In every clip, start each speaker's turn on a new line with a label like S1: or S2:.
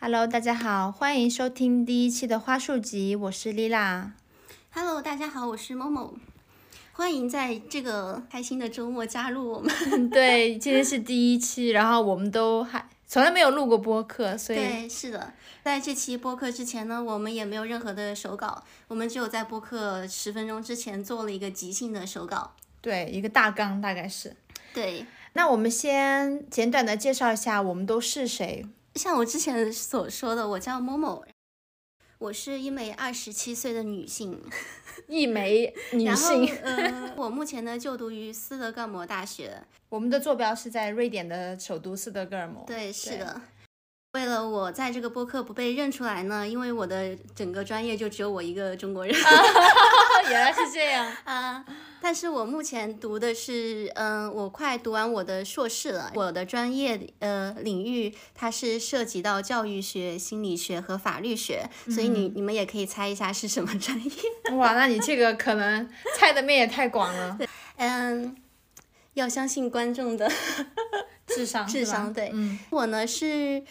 S1: Hello，大家好，欢迎收听第一期的花束集，我是 Lila。
S2: Hello，大家好，我是某某，欢迎在这个开心的周末加入我们。
S1: 嗯对，今天是第一期，然后我们都还从来没有录过播客，所以
S2: 对，是的，在这期播客之前呢，我们也没有任何的手稿，我们只有在播客十分钟之前做了一个即兴的手稿。
S1: 对一个大纲大概是。
S2: 对，
S1: 那我们先简短的介绍一下我们都是谁。
S2: 像我之前所说的，我叫某某，我是一枚二十七岁的女性，
S1: 一枚 女
S2: 然后
S1: 性，
S2: 呃，我目前呢就读于斯德哥尔摩大学，
S1: 我们的坐标是在瑞典的首都斯德哥尔摩。
S2: 对，是
S1: 对
S2: 的。为了我在这个播客不被认出来呢，因为我的整个专业就只有我一个中国人
S1: 原来是这样。
S2: 啊。 但是我目前读的是，嗯、我快读完我的硕士了。我的专业呃领域它是涉及到教育学、心理学和法律学，所以你你们也可以猜一下是什么专业。
S1: 哇，那你这个可能菜的面也太广了，
S2: 嗯，要相信观众的。
S1: 智商
S2: 智
S1: 是吧
S2: 商对
S1: 嗯，
S2: 我呢是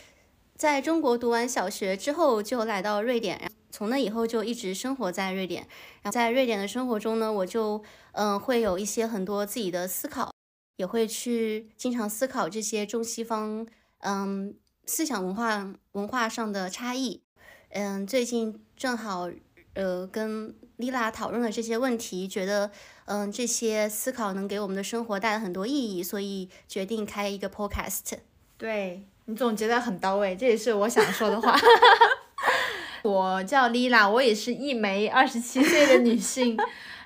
S2: 在中国读完小学之后就来到瑞典，然后从那以后就一直生活在瑞典。然后在瑞典的生活中呢，我就嗯、呃会有一些很多自己的思考，也会去经常思考这些中西方嗯思想文化文化上的差异。嗯，最近正好呃跟 Lila 讨论了这些问题，觉得嗯这些思考能给我们的生活带来很多意义，所以决定开一个 podcast。
S1: 对你总结的很到位，这也是我想说的 话。我叫 Lila，我也是一枚二十七岁的女性，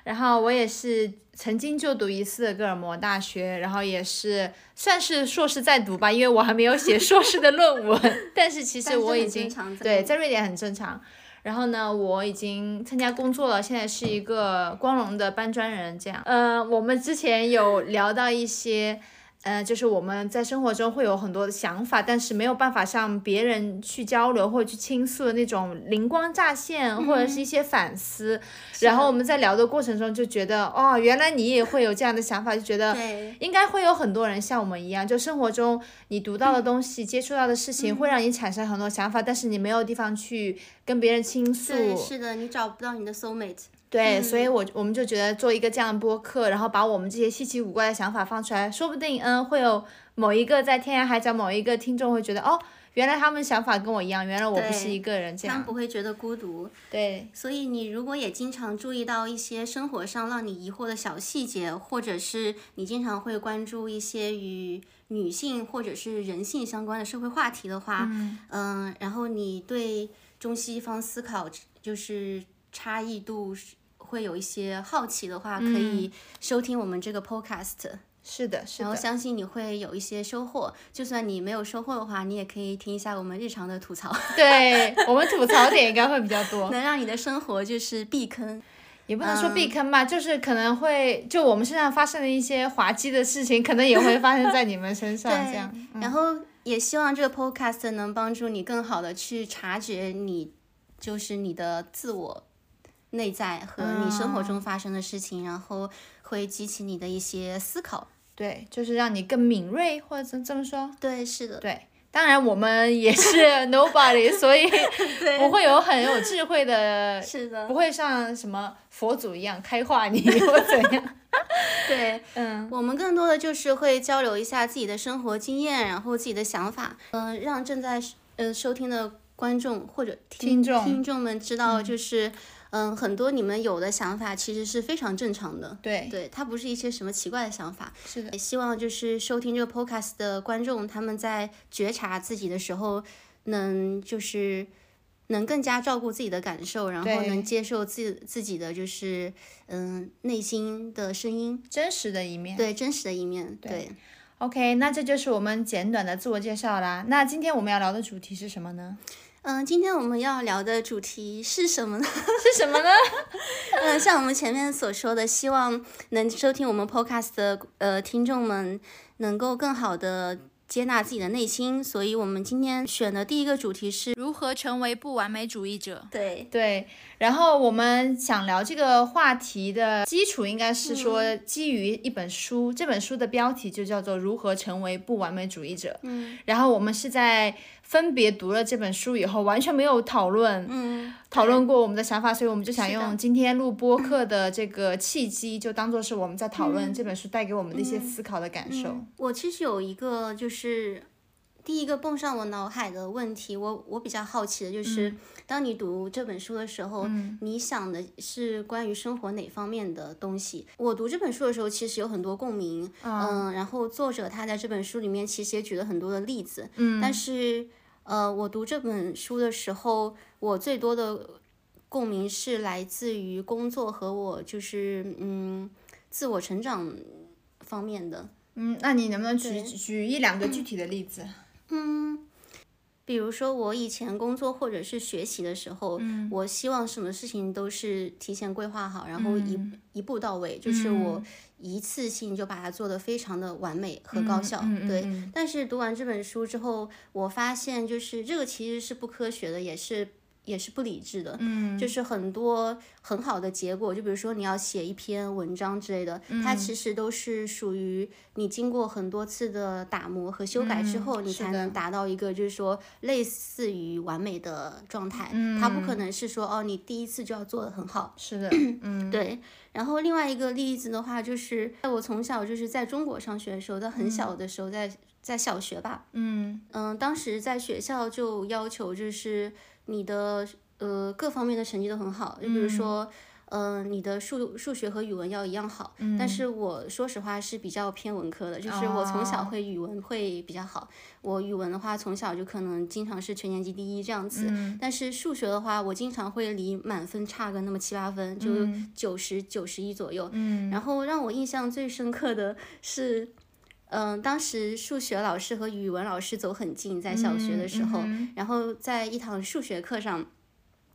S1: 然后我也是曾经就读于斯德哥尔摩大学，然后也是算是硕士在读吧，因为我还没有写硕士的论 文，但是其
S2: 但
S1: 实
S2: 是
S1: 我
S2: 很
S1: 已
S2: 正
S1: 经
S2: 常在
S1: 对在瑞典很正常。然后呢，我已经参加工作了，现在是一个光荣的搬砖人。这样，呃，我们之前有聊到一些，呃，就是我们在生活中会有很多的想法，但是没有办法向别人去交流或者去倾诉的那种灵光乍现，或者
S2: 嗯
S1: 是一些反思。然后我们在聊的过程中就觉得，哦，原来你也会有这样的想法，就觉得
S2: 对，
S1: 应该会有很多人像我们一样，就生活中你读
S2: 嗯
S1: 到的东西、接触到的事情，会让你产生很多想法，但是你没有地方去跟别人倾诉。
S2: 对，是的，你找不到你的 soul mate。
S1: 对，哎所以我我们就觉得做一个这样的播客，然后把我们这些稀奇古怪的想法放出来，说不定嗯会有某一个在天涯海角某一个听众会觉得哦，原来他们想法跟我一样，原来我不是
S2: 对
S1: 一个人这
S2: 他们
S1: 样。
S2: 不会觉得孤独，
S1: 对
S2: 所以你如果也经常注意到一些生活上让你疑惑的小细节，或者是你经常会关注一些与女性或者是人性相关的社会话题的话，嗯、然后你对中西方思考就是差异度是会有一些好奇的话，
S1: 嗯
S2: 可以收听我们这个 podcast，、
S1: 是的，是
S2: 然后
S1: 的。
S2: 相信你会有一些收获。就算你没有收获的话，你也可以听一下我们日常的吐槽。
S1: 对我们吐槽点应该会比较 多。
S2: 能让你的生活就是避坑。
S1: 也不能说避坑吧，就是可能会就我们身上发生的一些滑稽的事情，可能也会发生在你们身上，这样。嗯
S2: 然后也希望这个 podcast 能帮助你更好的去察觉你，就是你的自我内在和你生活
S1: 嗯
S2: 中发生的事情，然后会激起你的一些思考。
S1: 对，就是让你更敏锐，或者这这么说。
S2: 对，是的，
S1: 对，当然我们也是 nobody，所以不会有很有智慧 的，
S2: 是的，
S1: 不会像什么佛祖一样开化 你或怎样。
S2: 对。
S1: 嗯，
S2: 我们更多的就是会交流一下自己的生活经验，然后自己的想法，嗯、让正在呃收听的观众或者
S1: 听众
S2: 听众们知道，就是嗯、很多你们有的想法其实是非常正常的，
S1: 对，
S2: 对，它不是一些什么奇怪的想法。
S1: 是的，
S2: 也希望就是收听这个 podcast 的观众，他们在觉察自己的时候，能就是能更加照顾自己的感受，然后
S1: 对
S2: 能接受自自己的就是嗯内心的声音，
S1: 真实的一面。
S2: 对真实的一面，对。
S1: OK，那这就是我们简短的自我介绍啦。那今天我们要聊的主题是什么呢？
S2: 嗯，今天我们要聊的主题是什么 呢？
S1: 是什 么呢？
S2: 嗯，像我们前面所说的，希望能收听我们 podcast 的呃听众们能够更好的接纳自己的内心，所以我们今天选的第一个主题是，
S3: 如何成为不完美主义者？
S2: 对，
S1: 对，然后我们想聊这个话题的基础，应该是说基于一本书，这本书的标题就叫做《如何成为不完美主义者》。嗯，然后我们是在分别读了这本书以后，完全没有讨论，
S2: 嗯，
S1: 讨论过我们的想法，所以我们就想
S2: 是的
S1: 用今天录播课的这个契机，就当做是我们在讨
S2: 嗯
S1: 论这本书带给我们的一些思考的感受。
S2: 我其实有一个就是第一个蹦上我脑海的问题，我我比较好奇的就是，当你读这本书的时候，你想的是关于生活哪方面的东西？我读这本书的时候，其实有很多共鸣，嗯，然后作者他在这本书里面其实也举了很多的例子，嗯，但是呃，我读这本书的时候，我最多的共鸣是来自于工作和我就是嗯自我成长方面的。
S1: 嗯，那你能不能举举一两个具体的例 子？
S2: 比如说，我以前工作或者是学习的时候，
S1: 嗯
S2: 我希望什么事情都是提前规划好，然后一、
S1: 嗯
S2: 一步到位，就是我一次性就把它做得非常的完美和高效。
S1: 嗯嗯嗯
S2: 对、
S1: 嗯
S2: 但是读完这本书之后，我发现就是这个其实是不科学的，也是也是不理智的。嗯，就是很多很好的结果，就比如说你要写一篇文章之类的，它
S1: 嗯
S2: 其实都是属于你经过很多次的打磨和修改之
S1: 嗯
S2: 后，你
S1: 是
S2: 才
S1: 的
S2: 能达到一个就是说类似于完美的状态。
S1: 嗯
S2: 它不可能是说哦，你第一次就要做得很好。
S1: 是的，嗯，
S2: 对，然后另外一个例子的话，就是在我从小就是在中国上学的时候，在很小的时候在，在小学吧，
S1: 嗯
S2: 嗯，当时在学校就要求就是你的呃各方面的成绩都很好，就比如说。嗯、你的数数学和语文要一样好，
S1: 嗯
S2: 但是我说实话是比较偏文科的，就是我从小
S1: 哦
S2: 会语文会比较好，我语文的话从小就可能经常是全年级第一这样子，
S1: 嗯
S2: 但是数学的话，我经常会离满分差个那么七八分，就九十九十一左右，
S1: 嗯
S2: 然后让我印象最深刻的是，嗯、当时数学老师和语文老师走很近，在小学的时候，
S1: 嗯嗯哼
S2: 然后在一堂数学课上。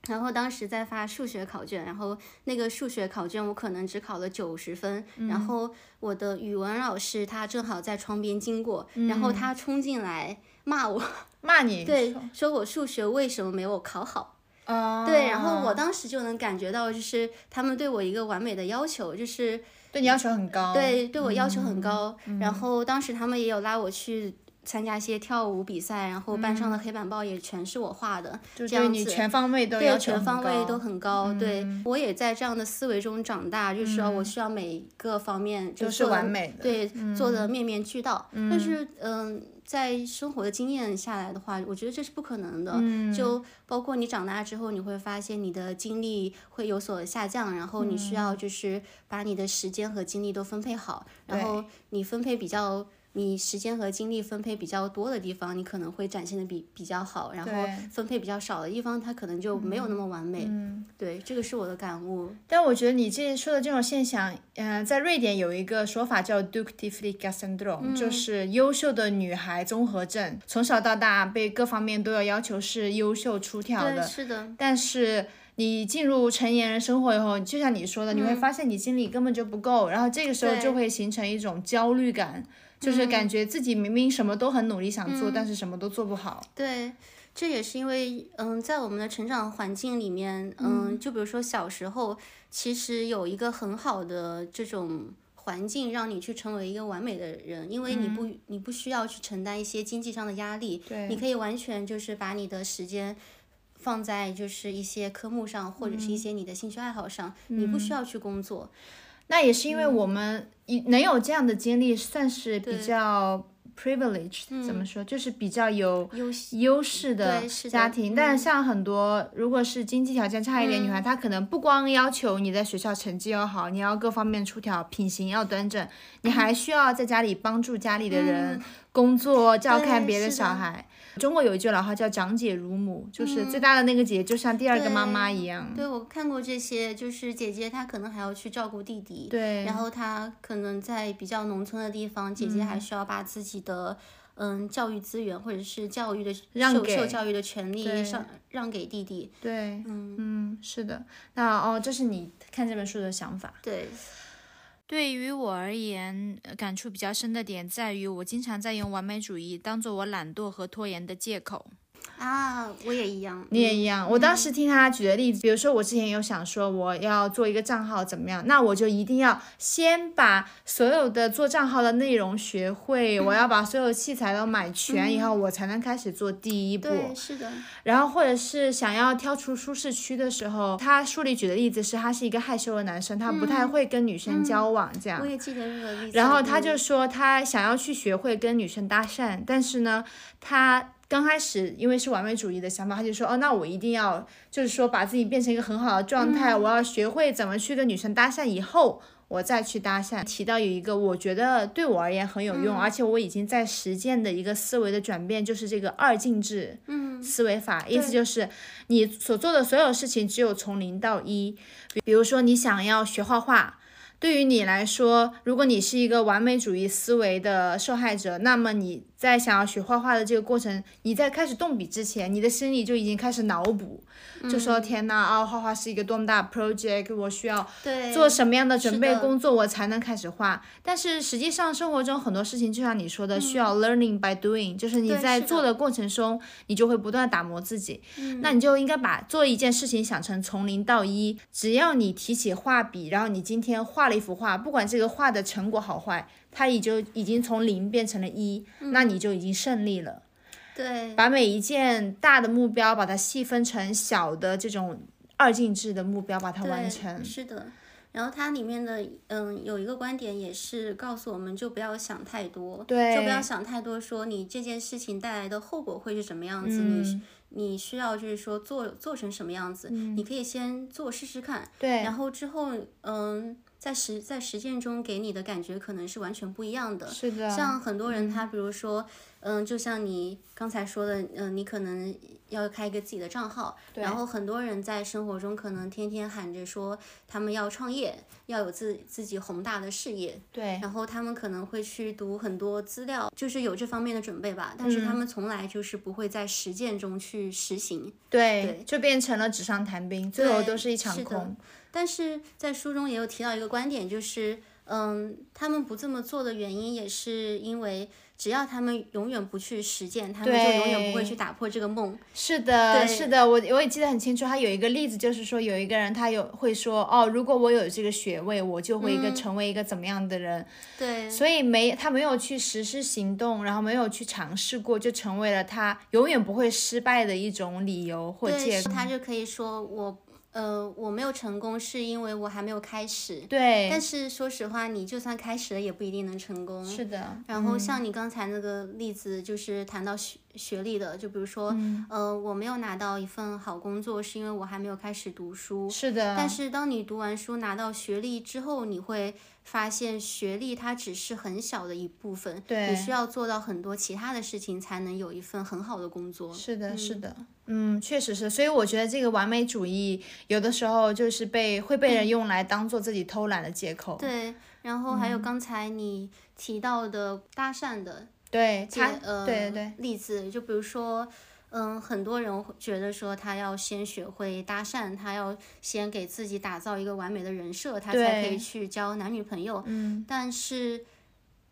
S2: 然后当时在发数学考卷，然后那个数学考卷我可能只考了九十分，
S1: 嗯
S2: 然后我的语文老师他正好在窗边经过，
S1: 嗯
S2: 然后他冲进来骂我，
S1: 骂你
S2: 对，说我数学为什么没有考好。
S1: 啊，
S2: 对，然后我当时就能感觉到，就是他们对我一个完美的要求，就是
S1: 对你要求很高，嗯
S2: 对对我要求很高。然后当时他们也有拉我去参加一些跳舞比赛，然后班上的黑板报也全是我画的，
S1: 嗯就
S2: 这
S1: 对
S2: 样
S1: 你
S2: 子。
S1: 全方位都要
S2: 对，
S1: 求
S2: 全
S1: 很
S2: 方位
S1: 高
S2: 都很高。对我也在这样的思维中长大，就是说我需要每个方面就
S1: 都是
S2: 做得
S1: 完美的
S2: 对，做的面面俱到。但是，嗯、在生活的经验下来的话，我觉得这是不可能的。就包括你长大之后，你会发现你的精力会有所下降，然后你需要就是把你的时间和精力都分配好，然后你分配比较。你时间和精力分配比较多的地方，你可能会展现的比比较好，然后
S1: 对
S2: 分配比较少的地方，它可能就没有那么完美。
S1: 嗯
S2: 对，这个是我的感悟。
S1: 但我觉得你这说的这种现象，嗯、在瑞典有一个说法叫 d u k t i f l i k a syndrome，、就是
S2: 嗯
S1: 优秀的女孩综合症。从小到大被各方面都要要求是优秀出挑
S2: 对，
S1: 的，
S2: 是的，
S1: 但是你进入成年人生活以后，就像你说的，你会发现你精力根本就不够，然后这个时候
S2: 对
S1: 就会形成一种焦虑感，就是感觉自己明明什么都很努力想做，但是什么都做不好。
S2: 对，这也是因为，嗯，在我们的成长环境里面，嗯，就比如说小时候，其实有一个很好的这种。环境让你去成为一个完美的人，因为你不、你不需要去承担一些经济上的压力，
S1: 嗯对
S2: 你可以完全就是把你的时间放在就是一些科目上，或者是
S1: 嗯
S2: 一些你的兴趣爱好上，你不需要去工作。
S1: 那也是因为我们一能有这样的经历，算是比较 privileged，、怎么说，就是比较有
S2: 优
S1: 优势的
S2: 对是的嗯
S1: 家庭。但是像很多如果是经济条件差一点的女孩，她可能不光要求你在学校成绩要好，你要各方面出挑，品行要端正，
S2: 嗯
S1: 你还需要在家里帮助家里的人、工作、照看别的
S2: 是的
S1: 小孩。中国有一句老话叫“长姐如母”，就是最大的那个姐就像第二个妈妈一样。
S2: 嗯对，我看过这些，就是姐姐她可能还要去照顾弟弟，
S1: 对
S2: 然后她可能在比较农村的地方，姐
S1: 嗯
S2: 姐还需要把自己的嗯教育资源或者是教育的
S1: 让
S2: 受
S1: 给
S2: 受教育的权利
S1: 对
S2: 上让给弟弟，
S1: 对，
S2: 嗯，
S1: 嗯，是的，那哦，这是你看这本书的想法。
S2: 对，
S3: 对于我而言，呃感触比较深的点在于，我经常在用完美主义当做我懒惰和拖延的借口。嗯
S2: 啊，我也一样，
S1: 你也一样。我当时听他举的例子，比如说我之前有想说我要做一个账号怎么样，那我就一定要先把所有的做账号的内容学会，我要把所有器材都买全，以
S3: 嗯
S1: 后我才能开始做第一步。
S2: 嗯对，是的，
S1: 然后或者是想要跳出舒适区的时候，他书里举的例子是他是一个害羞的男生，他不
S3: 嗯
S1: 太会跟女生交往这样。
S2: 我也记得这个例子。
S1: 然后他就
S2: 嗯
S1: 说他想要去学会跟女生搭讪，但是呢，他刚开始因为是完美主义的想法，他就说哦，那我一定要就是说把自己变成一个很好的状态，我要学会怎么去跟女生搭讪，以后我再去搭讪。提到有一个我觉得对我而言很有用，而且我已经在实践的一个思维的转变，就是这个二进制
S2: 嗯
S1: 思维法，意思就是你所做的所有事情只有从零到一，比比如说你想要学画画。对于你来说，如果你是一个完美主义思维的受害者，那么你在想要学画画的这个过程，你在开始动笔之前，你的心里就已经开始脑补，就说天呐，啊，画画是一个多么大的 project，我需要
S2: 对
S1: 做什么样的准
S2: 是
S1: 备
S2: 的
S1: 工作，我才能开始画？但是实际上，生活中很多事情，就像你说的，需要 learning by doing，就是你
S2: 嗯对
S1: 在
S2: 是的
S1: 做的过程中，你就会不断地打磨自己。
S2: 嗯
S1: 那你就应该把做一件事情想成从零到一，只要你提起画笔，然后你今天画了一幅画，不管这个画的成果好坏，它也就已经从零变成了一，那你就已经胜利了。
S2: 嗯对，
S1: 把每一件大的目标，把它细分成小的这种二进制的目标，把它完
S2: 对
S1: 成。
S2: 是的。然后它里面的嗯有一个观点也是告诉我们，就不要想太多，
S1: 对
S2: 就不要想太多，说你这件事情带来的后果会是什么样子，你需
S1: 嗯
S2: 你需要就是说做做成什么样子，你可以先做试试看，
S1: 对
S2: 然后之后嗯在实在实践中给你的感觉可能是完全不一样的，
S1: 是的，
S2: 像很多人，他比如说，嗯，就像你刚才说的，嗯，你可能要开一个自己的账号，然后很多人在生活中可能天天喊着说他们要创业，要有自自己宏大的事业，
S1: 对
S2: 然后他们可能会去读很多资料，就是有这方面的准备吧，但
S1: 嗯
S2: 是他们从来就是不会在实践中去实行。
S1: 对，就变成了纸上谈兵，最后都是一场
S2: 是的
S1: 空。
S2: 但是在书中也有提到一个观点，就是，嗯，他们不这么做的原因，也是因为只要他们永远不去实践，他们就永远不会
S1: 对
S2: 去打破这个梦。
S1: 是的，
S2: 对
S1: 是的，我我也记得很清楚。他有一个例子，就是说有一个人，他有会说哦，如果我有这个学位，我就会一个成为一个怎么样的人。
S2: 对，
S1: 所以没他没有去实施行动，然后没有去尝试过，就成为了他永远不会失败的一种理由或
S2: 对，
S1: 借口。
S2: 他就可以说我，呃，我没有成功，是因为我还没有开始。
S1: 对，
S2: 但是说实话，你就算开始了，也不一定能成功。
S1: 是的。嗯
S2: 然后像你刚才那个例子，就是谈到学学历的，就比如说，
S1: 嗯
S2: 呃，我没有拿到一份好工作，是因为我还没有开始读书。
S1: 是的，
S2: 但是当你读完书拿到学历之后，你会发现学历它只是很小的一部分，
S1: 对
S2: 你需要做到很多其他的事情才能有一份很好的工作。
S1: 是的，是的，嗯，确实是，所以我觉得这个完美主义有的时候就是被会被人用来当做自己偷懒的借口。
S2: 对，然后还有
S1: 嗯
S2: 刚才你提到的搭讪的
S1: 对，
S2: 这
S1: 他，
S2: 呃
S1: 哎对对对，
S2: 例子，就比如说。嗯，很多人会觉得说他要先学会搭讪，他要先给自己打造一个完美的人设，他才可
S1: 对
S2: 以去交男女朋友。
S1: 嗯，
S2: 但是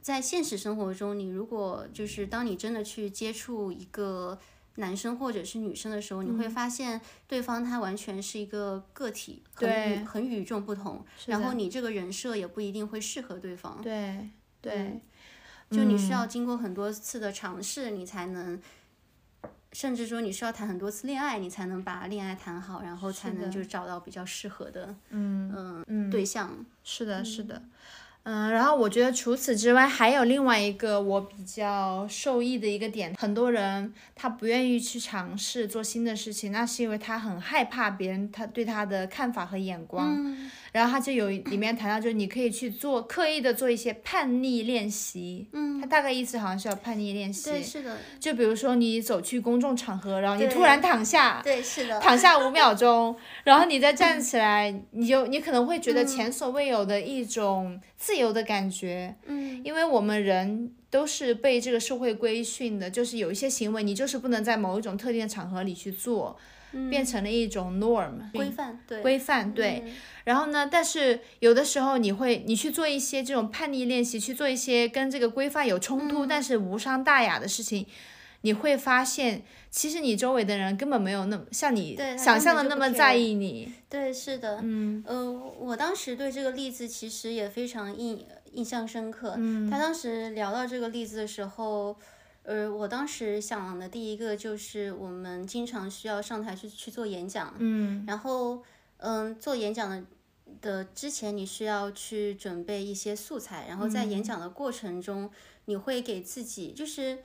S2: 在现实生活中，你如果就是当你真的去接触一个男生或者是女生的时候，你
S1: 嗯
S2: 会发现对方他完全是一个个体，很
S1: 对
S2: 与很与众不同，
S1: 是
S2: 然
S1: 的
S2: 后你这个人设也不一定会适合对方。
S1: 对对
S2: 嗯，就你
S1: 嗯
S2: 需要经过很多次的尝试，你才能。甚至说你需要谈很多次恋爱，你才能把恋爱谈好，然后才
S1: 是的
S2: 能就找到比较适合的
S1: 嗯
S2: 嗯
S1: 嗯，
S2: 对象。
S1: 是的，是的。嗯，然后我觉得除此之外，还有另外一个我比较受益的一个点，很多人他不愿意去尝试做新的事情，那是因为他很害怕别人他对他的看法和眼光。
S2: 嗯
S1: 然后他就有里面谈到，就是你可以去做刻意的做一些叛逆练习，他
S2: 嗯，
S1: 大概意思好像是要叛逆练
S2: 对，
S1: 习，
S2: 是的，
S1: 就比如说你走去公众场合，然后你
S2: 对
S1: 突然躺下，
S2: 对，是的，
S1: 躺下五秒钟，然后你再站起来，你就你可能会觉得前所未有的一种自由的感觉，
S2: 嗯，
S1: 因为我们人都是被这个社会规训的，就是有一些行为你就是不能在某一种特定的场合里去做，变成了一种 norm
S2: 规范，嗯
S1: 嗯
S2: 对，
S1: 规范，对。
S2: 嗯
S1: 然后呢，但是有的时候你会，你去做一些
S2: 嗯
S1: 这种叛逆练习，去做一些跟这个规范有冲突、但是无伤大雅的事情，你会发现，其实你周围的人根本没有那么像你
S2: 对他
S1: 想象的
S2: 根本
S1: 那么
S2: 就不
S1: 在
S2: care
S1: 意你。
S2: 对，是的，
S1: 嗯
S2: 呃，我当时对这个例子其实也非常印印象深刻。
S1: 嗯
S2: 他当时聊到这个例子的时候，呃，我当时想的第一个就是我们经常需要上台去去做演讲，
S1: 嗯
S2: 然后嗯，做演讲的的之前你需要去准备一些素材，然后在
S1: 嗯
S2: 演讲的过程中，你会给自己就是。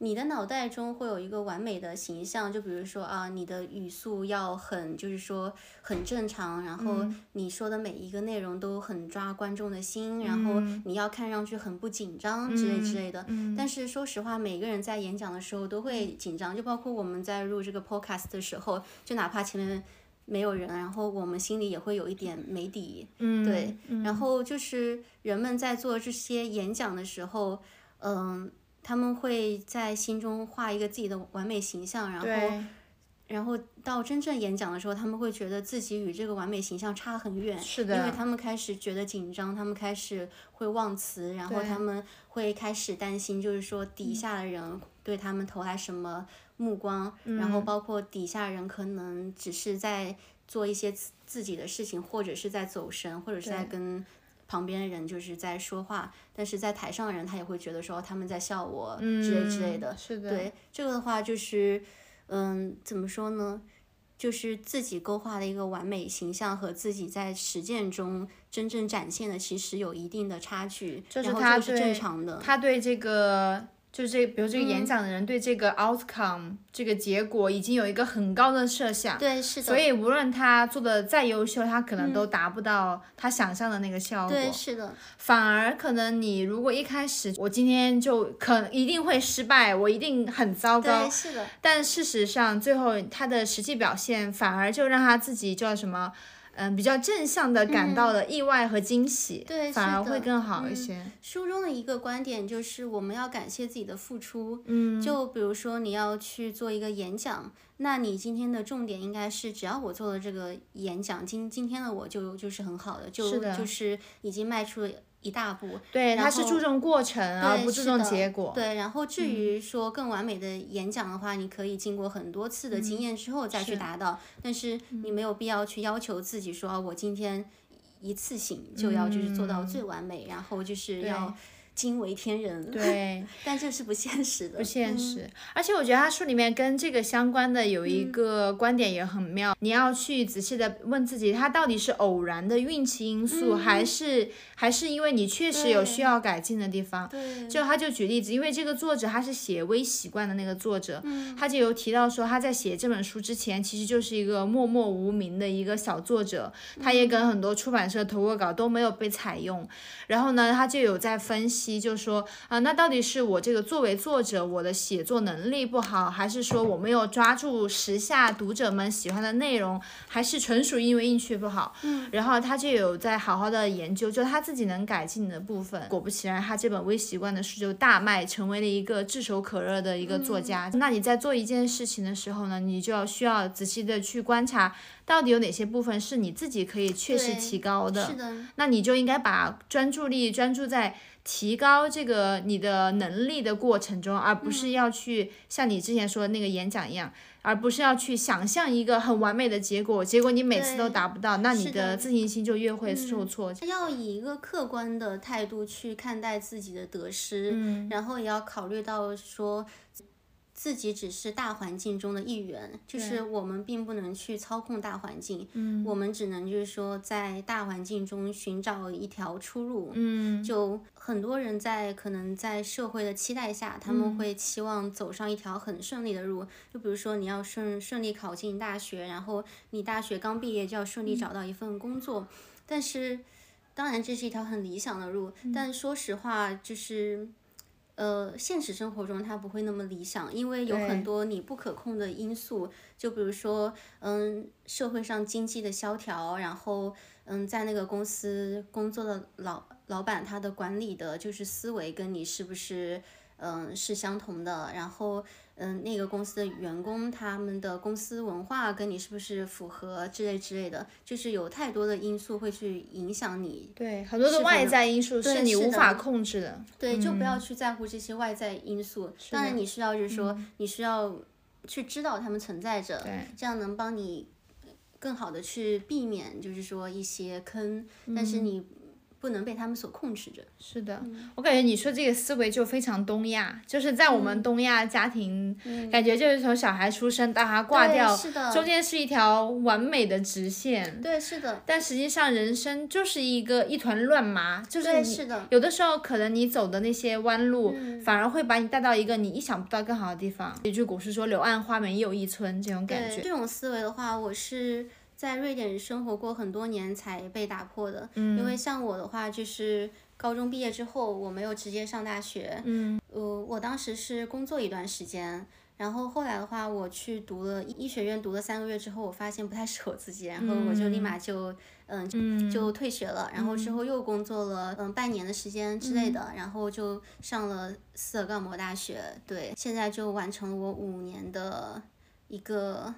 S2: 你的脑袋中会有一个完美的形象，就比如说啊，你的语速要很，就是说很正常，然后你说的每一个内容都很抓观众的心，然后你要看上去很不紧张之类之类的。但是说实话，每个人在演讲的时候都会紧张，就包括我们在录这个 podcast 的时候，就哪怕前面没有人，然后我们心里也会有一点没底。
S1: 嗯，
S2: 对，
S1: 嗯
S2: 然后就是人们在做这些演讲的时候，嗯，他们会在心中画一个自己的完美形象，然后
S1: 对，
S2: 然后到真正演讲的时候，他们会觉得自己与这个完美形象差很远，
S1: 是的
S2: 因为他们开始觉得紧张，他们开始会忘词，然后
S1: 对
S2: 他们会开始担心，就是说底下的人对他们投来什么目光，
S1: 嗯
S2: 然后包括底下人可能只是在做一些自自己的事情，或者是在走神，或者是在
S1: 对
S2: 跟。旁边的人就是在说话，但是在台上的人他也会觉得说哦他们在笑我之类之类的，
S1: 嗯是的，
S2: 对这个的话，就是嗯，怎么说呢？就是自己勾画的一个完美形象和自己在实践中真正展现的，其实有一定的差距，
S1: 这是
S2: 然后
S1: 他
S2: 这是
S1: 对
S2: 正常的。嗯
S1: 他对这个，就这，比如这个演讲的人对这个 outcome 这个结果已经有一个很高的设想，
S2: 对，是的，
S1: 所以无论他做的再优秀，他可能都达不到他想象的那个效果。
S2: 对，是的，
S1: 反而可能你如果一开始，我今天就可一定会失败，我一定很糟糕
S2: 对，。是的，
S1: 但事实上，最后他的实际表现反而就让他自己叫什么，嗯，比较正向的感到了意外和惊喜，
S2: 嗯对
S1: 反
S2: 是
S1: 而
S2: 的
S1: 会更好一
S2: 嗯
S1: 些。
S2: 书中的一个观点就是，我们要感谢自己的付出。
S1: 嗯
S2: 就比如说你要去做一个演讲，那你今天的重点应该是，只要我做了这个演讲，今今天的我就就是很好的，就是
S1: 的
S2: 就是已经迈出了一大步。
S1: 对，
S2: 然
S1: 他是
S2: 后
S1: 注重过程，而
S2: 对
S1: 不注
S2: 是
S1: 重
S2: 的
S1: 结果。嗯
S2: 对，然后至于说更完美的演讲的话，你可以经过很多次
S1: 嗯
S2: 的经验之后再去达到，但是你没有必要去要求自己说，啊我今天一次性就要就是做到
S1: 嗯
S2: 最完美，然后就是要惊为天人。
S1: 对，，
S2: 但这是不现实的，嗯
S1: 不现实。而且我觉得他书里面跟这个相关的有
S2: 嗯
S1: 一个观点也很妙，你要去仔细的问自己，它到底是偶然的运气因素，还是还是因为你确实有需
S2: 嗯对
S1: 要改进的地方。
S2: 对，
S1: 就他就举例子，因为这个作者他是写《微习惯》的那个作者，他就有提到说他在写这本书之前，其实就是一个默默无名的一个小作者，他也跟很多出版社投过稿都没有被采用。然后呢，他就有在分析，就说啊，那到底是我这个作为作者我的写作能力不好，还是说我没有抓住时下读者们喜欢的内容，还是纯属因为运气不好？
S2: 嗯
S1: 然后他就有在好好的研究，就他自己能改进的部分。果不其然，他这本《微习惯》的书就大卖，成为了一个炙手可热的一个作家。
S2: 嗯
S1: 那你在做一件事情的时候呢，你就要需要仔细的去观察，到底有哪些部分是你自己可以确实
S2: 对
S1: 提高的。
S2: 是的，
S1: 那你就应该把专注力专注在提高这个你的能力的过程中，而不是要去像你之前说的那个演讲一样，而不是要去想象一个很完美的结果，结果你每次都
S2: 对
S1: 达不到，那你
S2: 是
S1: 的嗯
S2: 的
S1: 自信心就越会受挫。
S2: 嗯要以一个客观的态度去看待自己的得失，
S1: 嗯
S2: 然后也要考虑到说，自己只是大环境中的一员，就是我们并不能去操控大环境，
S1: 嗯
S2: 我们只能就是说在大环境中寻找一条出路。
S1: 嗯，
S2: 就很多人在可能在社会的期待下，他们会期望走上一条很顺利的路。就比如说，你要顺顺利考进大学，然后你大学刚毕业就要顺利找到一份工作。但是，当然这是一条很理想的路，但说实话，就是。呃，现实生活中它不会那么理想，因为有
S1: 对
S2: 很多你不可控的因素，就比如说，嗯，社会上经济的萧条，然后，嗯，在那个公司工作的老老板他的管理的就是思维跟你是不是，嗯，是相同的，然后，嗯，那个公司的员工他们的公司文化跟你是不是符合之类之类的，就是有太多的因素会去影响你。
S1: 对，很多的外在因素是你
S2: 是
S1: 无
S2: 的
S1: 法控制的。
S2: 对，就不要去在乎这些外在因素。当然，你需要嗯就是嗯说，你需要去知道它们存在着，这样能帮你更好的去避免，就是说一些坑，但是你不能被他们所控制着。
S1: 是的，嗯我感觉你说这个思维就非常东亚，就是在我们东亚家庭，感觉就是从小孩出生到他挂
S2: 对
S1: 掉，
S2: 是的
S1: 中间嗯是一条完美的直线。
S2: 对，是的，
S1: 但实际上，人生就是一个一团乱麻，就是
S2: 对
S1: 你
S2: 是的嗯
S1: 有的时候可能你走的那些弯路，反而会把你带到一个你意想不到更好的地方。有一句古诗说“柳暗花明又一村”，这种感
S2: 对
S1: 觉。
S2: 这种思维的话，我是在瑞典生活过很多年才被打破的。因为像我的话，就是高中毕业之后，我没有直接上大学。嗯，呃，我当时是工作一段时间。然后后来的话，我去读了医医学院，读了三个月之后，我发现不太适合自己，然后我就立马就，嗯，就退学了。然后之后又工作了，嗯，半年的时间之类的，然后就上了斯德哥尔摩大学。对，现在就完成了我五年的一个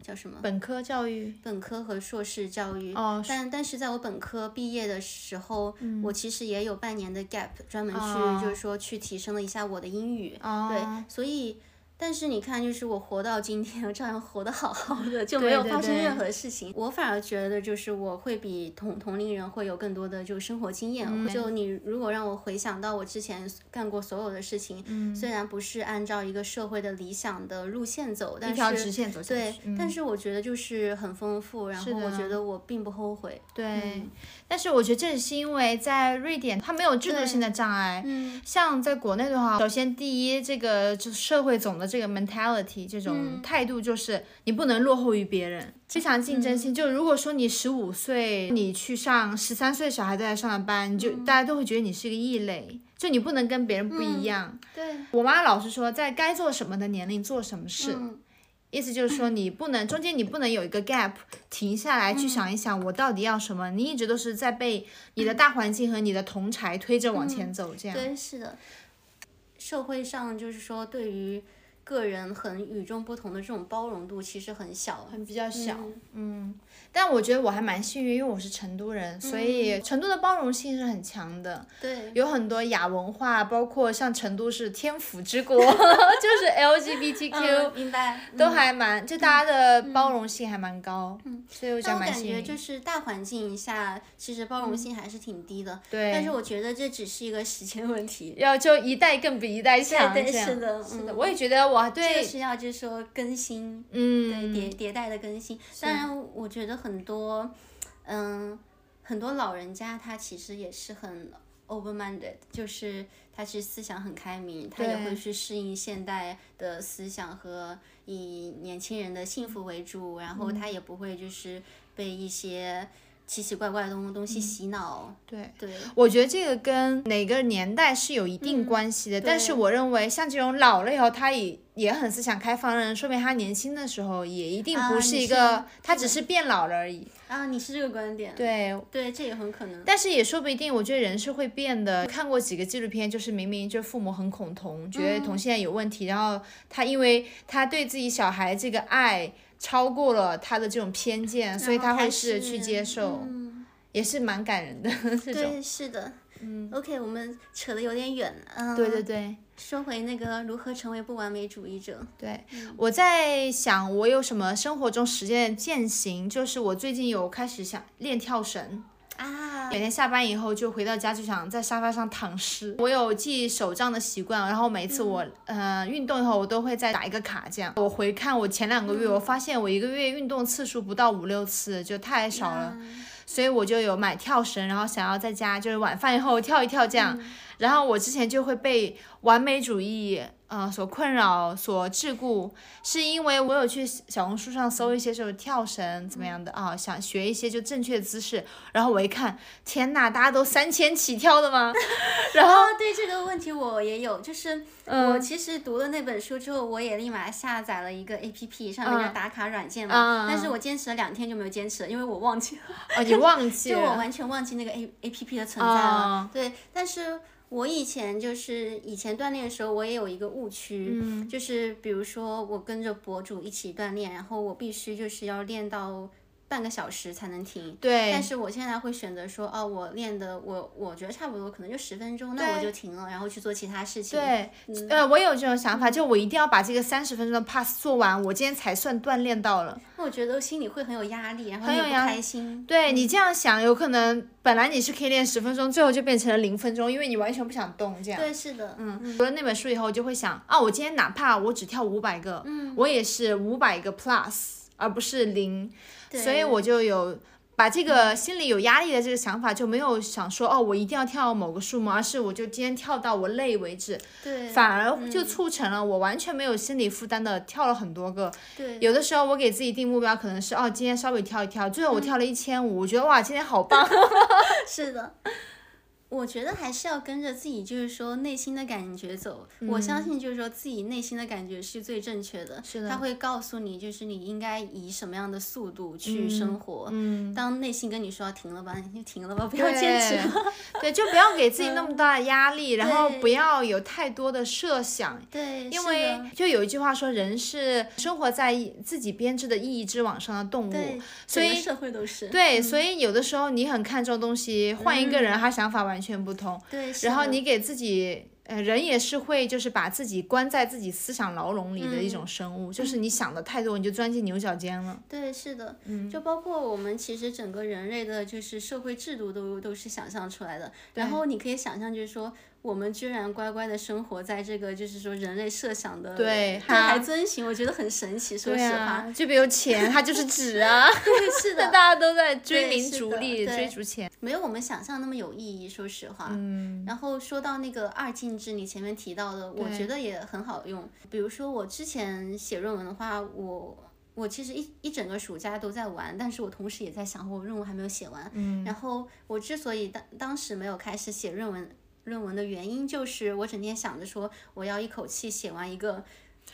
S2: 叫什么
S1: 本科教育，
S2: 本科和硕士教育。
S1: 哦是嗯
S2: 但但是在我本科毕业的时候，我其实也有半年的 gap，专门去、
S1: 哦
S2: 就是说去提升了一下我的英语。
S1: 哦
S2: 对，所以。但是你看，就是我活到今天，我照样活得好好的，就没有
S1: 对
S2: 发生
S1: 对
S2: 任何事情。我反而觉得，就是我会比同同龄人会有更多的就生活经验。
S1: 嗯
S2: 就你如果让我回想到我之前干过所有的事情，
S1: 嗯
S2: 虽然不是按照一个社会的理想的路线走，但
S1: 一
S2: 是
S1: 条直线走下去。嗯
S2: 对，但是我觉得就是很丰富，然后
S1: 的
S2: 我觉得我并不后悔。
S1: 对，
S2: 嗯
S1: 但是我觉得这也是因为在瑞典，它没有制度性的障碍。
S2: 嗯，
S1: 像在国内的话，首先第一，这个就是社会总的这个 mentality 这
S2: 嗯
S1: 种态度，就是你不能落后于别人，非常竞争
S2: 嗯
S1: 性。就如果说你十五岁，你去上十三岁小孩在上的班，你就、
S2: 嗯
S1: 大家都会觉得你是个异类，就你不能跟别人不一样。
S2: 嗯对，
S1: 我妈老是说，在该做什么的年龄做什么事。
S2: 嗯
S1: 意思就是说，你不能中间你不能有一个 gap 停下来去
S2: 嗯
S1: 想一想，我到底要什么？你一直都是在被你的大环境和你的同柴推着往
S2: 嗯
S1: 前走，这样。
S2: 对，是的。社会上就是说，对于个人很与众不同的这种包容度其实很小，
S1: 很比较小，
S2: 嗯
S1: 嗯但我觉得我还蛮幸运，因为我是成都人，所以成都的包容性是很强的，
S2: 嗯对，
S1: 有很多亚文化，包括像成都是天府之国， 就是
S2: 嗯
S1: LGBTQ，、
S2: 明白。嗯
S1: 都还蛮，就大家的包容性还蛮高，嗯，所以我觉
S2: 但
S1: 得
S2: 我
S1: 蛮
S2: 感
S1: 幸
S2: 觉
S1: 运。
S2: 就是大环境下，其实包容性还是挺低的。
S1: 嗯对
S2: 但是我觉得这只是一个时间问题，
S1: 要就一代更比一代强，
S2: 对对
S1: 这样
S2: 是的
S1: 是的，
S2: 嗯
S1: 我也觉得我
S2: 这
S1: 对
S2: 个，是要就是说更新。
S1: 嗯，
S2: 对迭迭代的更新。当然，我觉得很多，嗯，很多老人家他其实也是很 open minded，就是他其实思想很开明，他也
S1: 对
S2: 会去适应现代的思想和以年轻人的幸福为主，然后
S1: 嗯
S2: 他也不会就是被一些奇奇怪怪的东东西洗脑。
S1: 嗯对
S2: 对，嗯
S1: 我觉得这个跟哪个年代是有一定关系的，
S2: 对
S1: 但是我认为像这种老了以后，他也也很思想开放的人，说明他年轻的时候也一定
S2: 啊
S1: 不
S2: 你
S1: 是一
S2: 是
S1: 个，他
S2: 是
S1: 只是变老了而已。
S2: 啊，你是这个观点？
S1: 对，
S2: 对，这也很可能。
S1: 但是也说不一定，我觉得人是会变的。看过几个纪录片，就是明明就父母很恐同，觉得
S2: 嗯
S1: 同性恋有问题，然后他因为他对自己小孩这个爱超过了他的这种偏见，所以他会试着去接受，
S2: 嗯
S1: 也是蛮感人的这种。
S2: 对，是的。嗯，OK，我们扯得有点远了。嗯，
S1: 对对对
S2: 说回那个如何成为不完美主义者，
S1: 对，我在想我有什么生活中实践的践行，就是我最近有开始想练跳绳。
S2: 啊
S1: 每天下班以后就回到家就想在沙发上躺尸。我有记手账的习惯，然后每次我、呃运动以后，我都会再打一个卡。这样，我回看我前两个月，我发现我一个月运动次数不到五六次，就太少了。所以我就有买跳绳，然后想要在家就是晚饭以后跳一跳这样。然后我之前就会被完美主义呃所困扰、所桎梏，是因为我有去小红书上搜一些就是跳绳怎么样的啊，想学一些就正确姿势。然后我一看，天呐，大家都三千起跳的吗？ 然后
S2: 哦，对这个问题我也有，就是
S1: 嗯
S2: 我其实读了那本书之后，我也立马下载了一个 A P P，上面叫
S1: 嗯
S2: 打卡软件
S1: 嗯嗯
S2: 嘛，但是我坚持了两天就没有坚持了，因为我忘记了，
S1: 哦，你忘记
S2: 就我
S1: 了
S2: 完全忘记那个 A A P P 的存在了
S1: 哦。
S2: 对，但是。我以前就是以前锻炼的时候，我也有一个误区，
S1: 嗯
S2: 就是比如说我跟着博主一起锻炼，然后我必须就是要练到半个小时才能停。
S1: 对
S2: 但是我现在会选择说，哦，我练的我我觉得差不多，可能就十分钟，那我就停了，然后去做其他事情。
S1: 对，
S2: 嗯
S1: 呃，我有这种想法，就我一定要把这个三十分钟的 pass 做完，我今天才算锻炼到了。
S2: 那我觉得心里会很有压力，然后
S1: 很
S2: 你也
S1: 有
S2: 不
S1: 压力
S2: 开心。
S1: 对你这样想，有可能本来你是可以练十分钟，最后就变成了零分钟，因为你完全不想动这样。
S2: 对，是的，嗯，
S1: 嗯，读了那本书以后，我就会想啊，我今天哪怕我只跳五百个，嗯，我也是五百个 plus，而不是零，所以我就有把这个心里有压力的这个想法，就没有想说哦，我一定要跳某个数目，而是我就今天跳到我累为止，
S2: 对，嗯
S1: 反而就促成了我完全没有心理负担的跳了很多个。
S2: 对
S1: 有的时候我给自己定目标可能是哦，今天稍微跳一跳，
S2: 嗯
S1: 最后我跳了一千五，我觉得哇，今天好棒。
S2: 是的，我觉得还是要跟着自己，就是说内心的感觉走。我相信，就是说自己内心的感觉是最正确的。
S1: 嗯是的
S2: 他会告诉你，就是你应该以什么样的速度去生活。
S1: 嗯
S2: 当内心跟你说要停了吧，你就停了吧，不
S1: 对
S2: 要坚持了。
S1: 对，就不要给自己那么大的压力，然后
S2: 对
S1: 不要有太多的设想。
S2: 对，
S1: 因
S2: 是
S1: 为
S2: 的
S1: 就有一句话说，人是生活在自己编织的意义之网上的动
S2: 对嗯
S1: 物，，所
S2: 整个
S1: 以
S2: 社会都是
S1: 对，所以有的时候你很看重东西，换一个人，他想法完全不同。
S2: 嗯对。是
S1: 然后
S2: 的
S1: 你给自己，呃，人也是会就是把自己关在自己思想牢笼里的一
S2: 嗯
S1: 种生物，就是你想的太多，你就钻进牛角尖了。
S2: 对，是的，
S1: 嗯
S2: 就包括我们其实整个人类的，就是社会制度都都是想象出来的。然后你可以想象，就是说我们居然乖乖的生活在这个，就是说人类设想的，
S1: 对哈
S2: 还遵循，我觉得很神奇。说
S1: 对
S2: 实
S1: 啊
S2: 话，，
S1: 就比如钱，它就是纸 啊，
S2: 对，是
S1: 大
S2: 的，
S1: 家都在追
S2: 对
S1: 名
S2: 是
S1: 逐
S2: 的
S1: 利，
S2: 对
S1: 追逐钱。
S2: 没有我们想象那么有意义。说实话，嗯。然后说到那个二进制，你前面提到的，我
S1: 对
S2: 觉得也很好用。比如说我之前写论文的话，我。我其实一一整个暑假都在玩，但是我同时也在想，我论文还没有写完。嗯，然后我之所以当当时没有开始写论文论文的原因，就是我整天想着说，我要一口气写完一个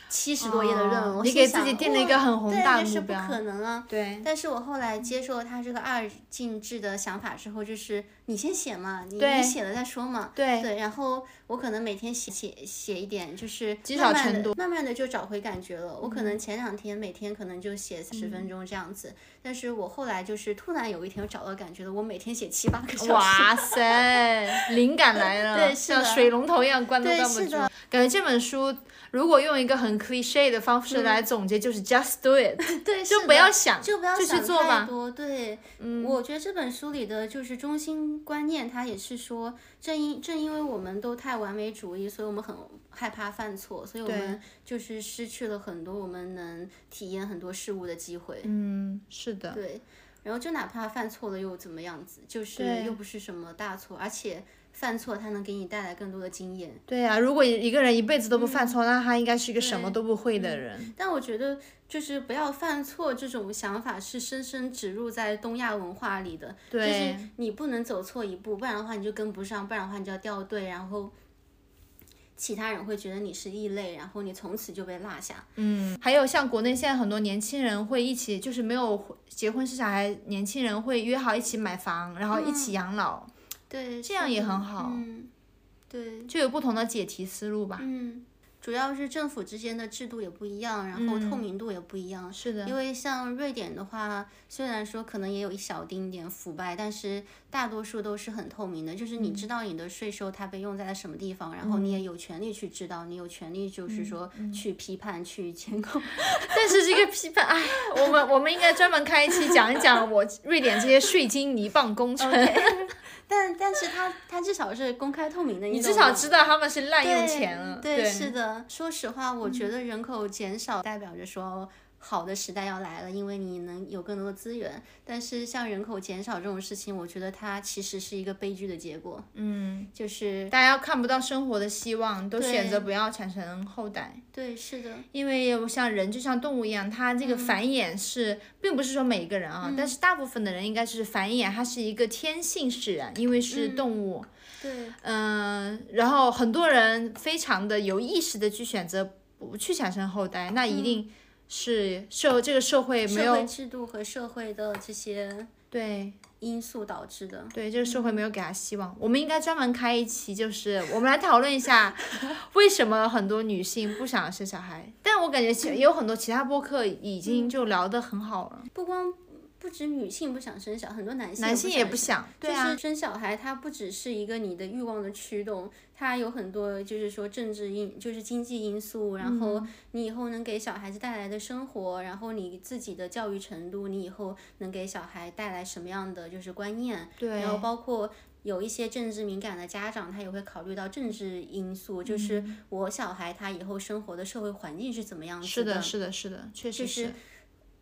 S2: 七十多页的论文。
S1: 哦
S2: 我
S1: 你
S2: 心
S1: 给自
S2: 想
S1: 己定了一个
S2: 哇
S1: 很宏
S2: 对
S1: 大的
S2: 这是
S1: 目
S2: 不
S1: 标
S2: 可能啊。
S1: 对，
S2: 但是我后来接受了他这个二进制的想法之后，就是你先写嘛，你
S1: 对
S2: 你写了再说嘛。
S1: 对
S2: 然后我可能每天写写写一点，就是
S1: 积
S2: 慢
S1: 少
S2: 慢
S1: 成
S2: 地
S1: 多嗯
S2: 慢慢的就找回感觉了。我可能前两天每天可能就写十分钟这样子，但是我后来就是突然有一天我找到感觉了，我每天写七八个小时。
S1: 哇塞，灵感来了，
S2: 对是
S1: 像
S2: 的
S1: 水龙头一样灌到
S2: 对
S1: 那
S2: 是
S1: 么住
S2: 的。
S1: 感觉这本书如果用一个很 cliche 的方式来总结，就是 just do it，
S2: 嗯对，
S1: 就是不
S2: 的
S1: 要想，
S2: 就不要
S1: 就
S2: 想
S1: 去做
S2: 太
S1: 吧。嗯
S2: 多。对，我觉得这本书里的就是中心观念，它也是说，正因正因为我们都太完美主义，所以我们很害怕犯错，所以我们就是失去了很多我们能体验很多事物的机会。
S1: 嗯，是的，
S2: 对，然后就哪怕犯错了又怎么样子，就是
S1: 对
S2: 又不是什么大错，而且犯错它能给你带来更多的经验。
S1: 对呀、如果一个人一辈子都不犯
S2: 嗯
S1: 错，那他应该是一个什么都不会的人。
S2: 但我觉得，就是不要犯错这种想法是深深植入在东亚文化里的。
S1: 对
S2: 就是你不能走错一步，不然的话你就跟不上，不然的话你就要掉队，然后其他人会觉得你是异类，然后你从此就被落下。
S1: 嗯，还有像国内现在很多年轻人会一起，就是没有结婚生小孩，年轻人会约好一起买房，然后一
S2: 嗯
S1: 起养老，
S2: 对，
S1: 这样也很好
S2: 嗯，对，
S1: 就有不同的解题思路吧。
S2: 嗯，主要是政府之间的制度也不一样，然后
S1: 嗯
S2: 透明度也不一样。
S1: 是的，
S2: 因为像瑞典的话，虽然说可能也有一小丁点腐败，但是大多数都是很透明的，就是
S1: 嗯
S2: 你知道你的税收它被用在了什么地方，然后你也有权利去知道，你有权利
S1: 嗯
S2: 就是说去批判、去监控。
S1: 但是这个批判，哎，我们我们应该专门开一期讲一讲我瑞典这些税金泥棒工程
S2: 哦但但是它它至少是公开透明的，你
S1: 你
S2: 懂
S1: 至少
S2: 吗
S1: 知道他们是滥用
S2: 对
S1: 钱了。嗯
S2: 对，是的。说实话，我觉得人口减少代表着说。好的时代要来了，因为你能有更多的资源。但是像人口减少这种事情，我觉得它其实是一个悲剧的结果。嗯，就是
S1: 大家看不到生活的希望，都选择不要产生后代，
S2: 对，是的，
S1: 因为像人就像动物一样，它这个繁衍是，并不是说每一个人
S2: 嗯
S1: 啊，但是大部分的人应该是繁衍，它是一个天性使然，因为
S2: 嗯
S1: 是动物。
S2: 对
S1: 嗯、然后很多人非常的有意识的去选择不去产生后代，那一定是社、这个社会没
S2: 嗯社
S1: 有
S2: 会制度和社会的这些
S1: 对
S2: 因素导致的。嗯
S1: 对，这个社会没有给他希望。我们应该专门开一期，就是我们来讨论一 下为什么很多女性不想生小孩。但我感觉其也有很多其他播客已经就聊得很好了，
S2: 不光不止女性不想生小，很多男性
S1: 男性也
S2: 不
S1: 不
S2: 想
S1: 想。对
S2: 就
S1: 啊
S2: 是，生小孩，它不只是一个你的欲望的驱动，它有很多就是说政治因，就是经济因素，然
S1: 嗯
S2: 后你以后能给小孩子带来的生活，然后你自己的教育程度，你以后能给小孩带来什么样的啊就是观念，
S1: 对啊
S2: 然后包括。有一些政治敏感的家长，他也会考虑到政治因素，就是
S1: 嗯
S2: 我小孩他以后生活的社会环境是怎么样子
S1: 是的，是的，是的，确实是。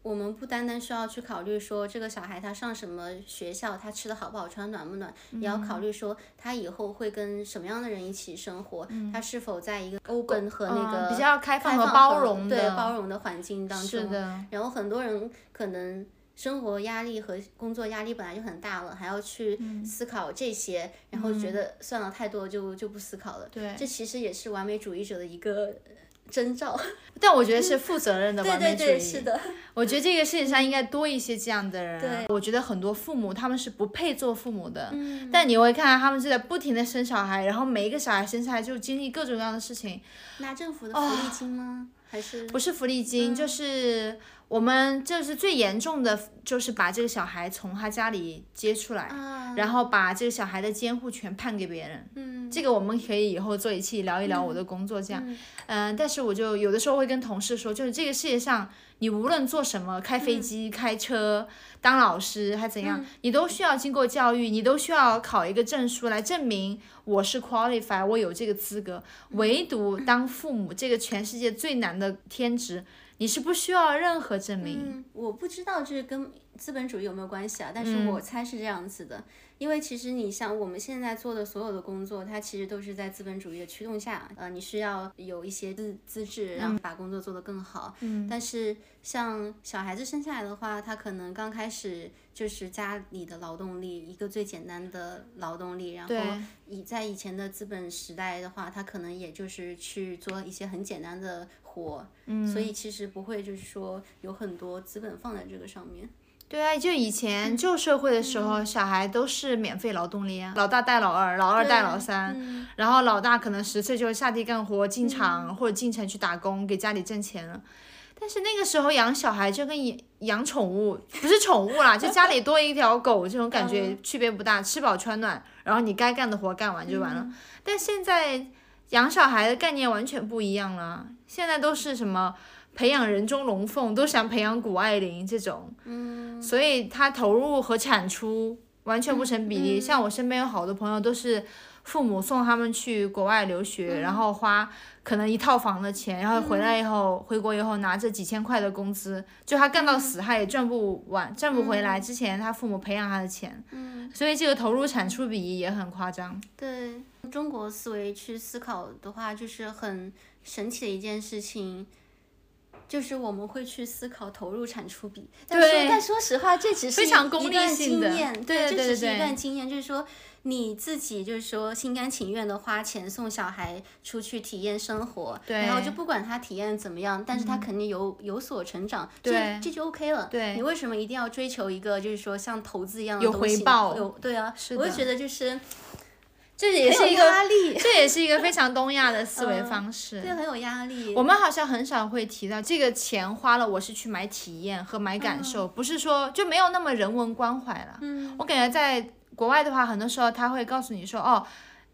S2: 我们不单单需要去考虑说这个小孩他上什么学校，他吃的好不好，穿暖不暖，也要
S1: 嗯
S2: 考虑说他以后会跟什么样的人一起生活，他是否在一个 open 和那
S1: 嗯
S2: 个、
S1: 比较开放
S2: 放
S1: 和包容的
S2: 对包容的环境当中。
S1: 是
S2: 啊
S1: 啊的，
S2: 然后很多人可能生活压力和工作压力本来就很大了，还要去
S1: 嗯
S2: 思考这些，然后觉得算了，太多就就不思考了。
S1: 对
S2: 这其实也是完美主义者的一个呃征兆。
S1: 但我觉得是负责任的
S2: 对
S1: 完美
S2: 对
S1: 主义。
S2: 对，是的。
S1: 我觉得这个世界上应该多一些这样的人啊。我觉得很多父母他们是不配做父母的，
S2: 嗯
S1: 但你会看到他们就在不停的生小孩，然后每一个小孩生下来就经历各种各样的事情，
S2: 拿政府的福
S1: 啊
S2: 利金吗？还是嗯
S1: 不是福利金，就是我们就是最严重的就是把这个小孩从他家里接出来，
S2: 啊？
S1: 然后把这个小孩的监护权判给别人。
S2: 嗯，
S1: 这个我们可以以后做一期聊一聊我的工作，这样，嗯、但是我就有的时候会跟同事说，就是这个世界上，你无论做什么，开飞机、开车、当老师还怎
S2: 嗯
S1: 样，你都需要经过教育，你都需要考一个证书来证明我是 qualify，我有这个资格。
S2: 嗯
S1: 唯独当父母这个全世界最难的天职，你是不需要任何证明。
S2: 嗯，我不知道这跟资本主义有没有关系啊，但
S1: 嗯
S2: 是我猜是这样子的，因为其实你像我们现在做的所有的工作，它其实都是在资本主义的驱动下，呃，你需要有一些资资质，然后
S1: 嗯
S2: 把工作做得更好。嗯，但是像小孩子生下来的话，他可能刚开始就是家里的劳动力，一个最简单的劳动力，然后
S1: 对
S2: 以在以前的资本时代的话，他可能也就是去做一些很简单的活，嗯，所以其实不会就是说有很多资本放在这个上面，
S1: 对啊，就以 前旧社会的时
S2: 嗯
S1: 候，小孩都是免费劳动力啊，老大带老二，老二
S2: 啊
S1: 带老三，
S2: 嗯
S1: 然后老大可能十岁就下地干活，进厂、或者进城去打工，给家里挣钱了。但是那个时候养小孩就跟养养宠物不是宠物啦，就家里多一条狗这种感觉区别不大，吃饱穿暖，然后你该干的活干完就完了。但现在养小孩的概念完全不一样了，现在都是什么培养人中龙凤，都想培养谷爱凌这种，嗯，所以他投入和产出完全不成比例。像我身边有好多朋友都是父母送他们去国外留学，然后花可能一套房的钱，然后回来以后、回国以后拿着几千块的工资，就他干到死他也赚不完，赚不回来之前他父母培养他的钱，嗯，所以这个投入产出比也很夸张，
S2: 对中国思维去思考的话，就是很神奇的一件事情。就是我们会去思考投入产出比，但说
S1: 对
S2: 但说实话，这只是
S1: 非常
S2: 一
S1: 功
S2: 一
S1: 利
S2: 段
S1: 性
S2: 经
S1: 的
S2: 验，
S1: 对对
S2: 这只
S1: 对
S2: 是
S1: 对
S2: 一段经验，就是说你自己就是说心甘情愿的花钱送小孩出去体验生活，
S1: 对嗯
S2: 然后就不管他体验怎么样，但是他肯定有、有所成长，
S1: 对
S2: 这这就 OK 了。
S1: 对
S2: 你为什么一定要追求一个就是说像投资一样的
S1: 有
S2: 东
S1: 回
S2: 西呢
S1: 报
S2: 有对啊，
S1: 是
S2: 我
S1: 的
S2: 就觉得就是
S1: 这也是一个
S2: 压力，嗯
S1: 这也是一个非常东亚的思维方式。
S2: 对，很有压力。
S1: 我们好像很少会提到这个钱花了，我是去买体验和买感受，
S2: 嗯
S1: 不是说就没有那么人文关怀了。嗯，我感觉在国外的话，很多时候他会告诉你说，哦，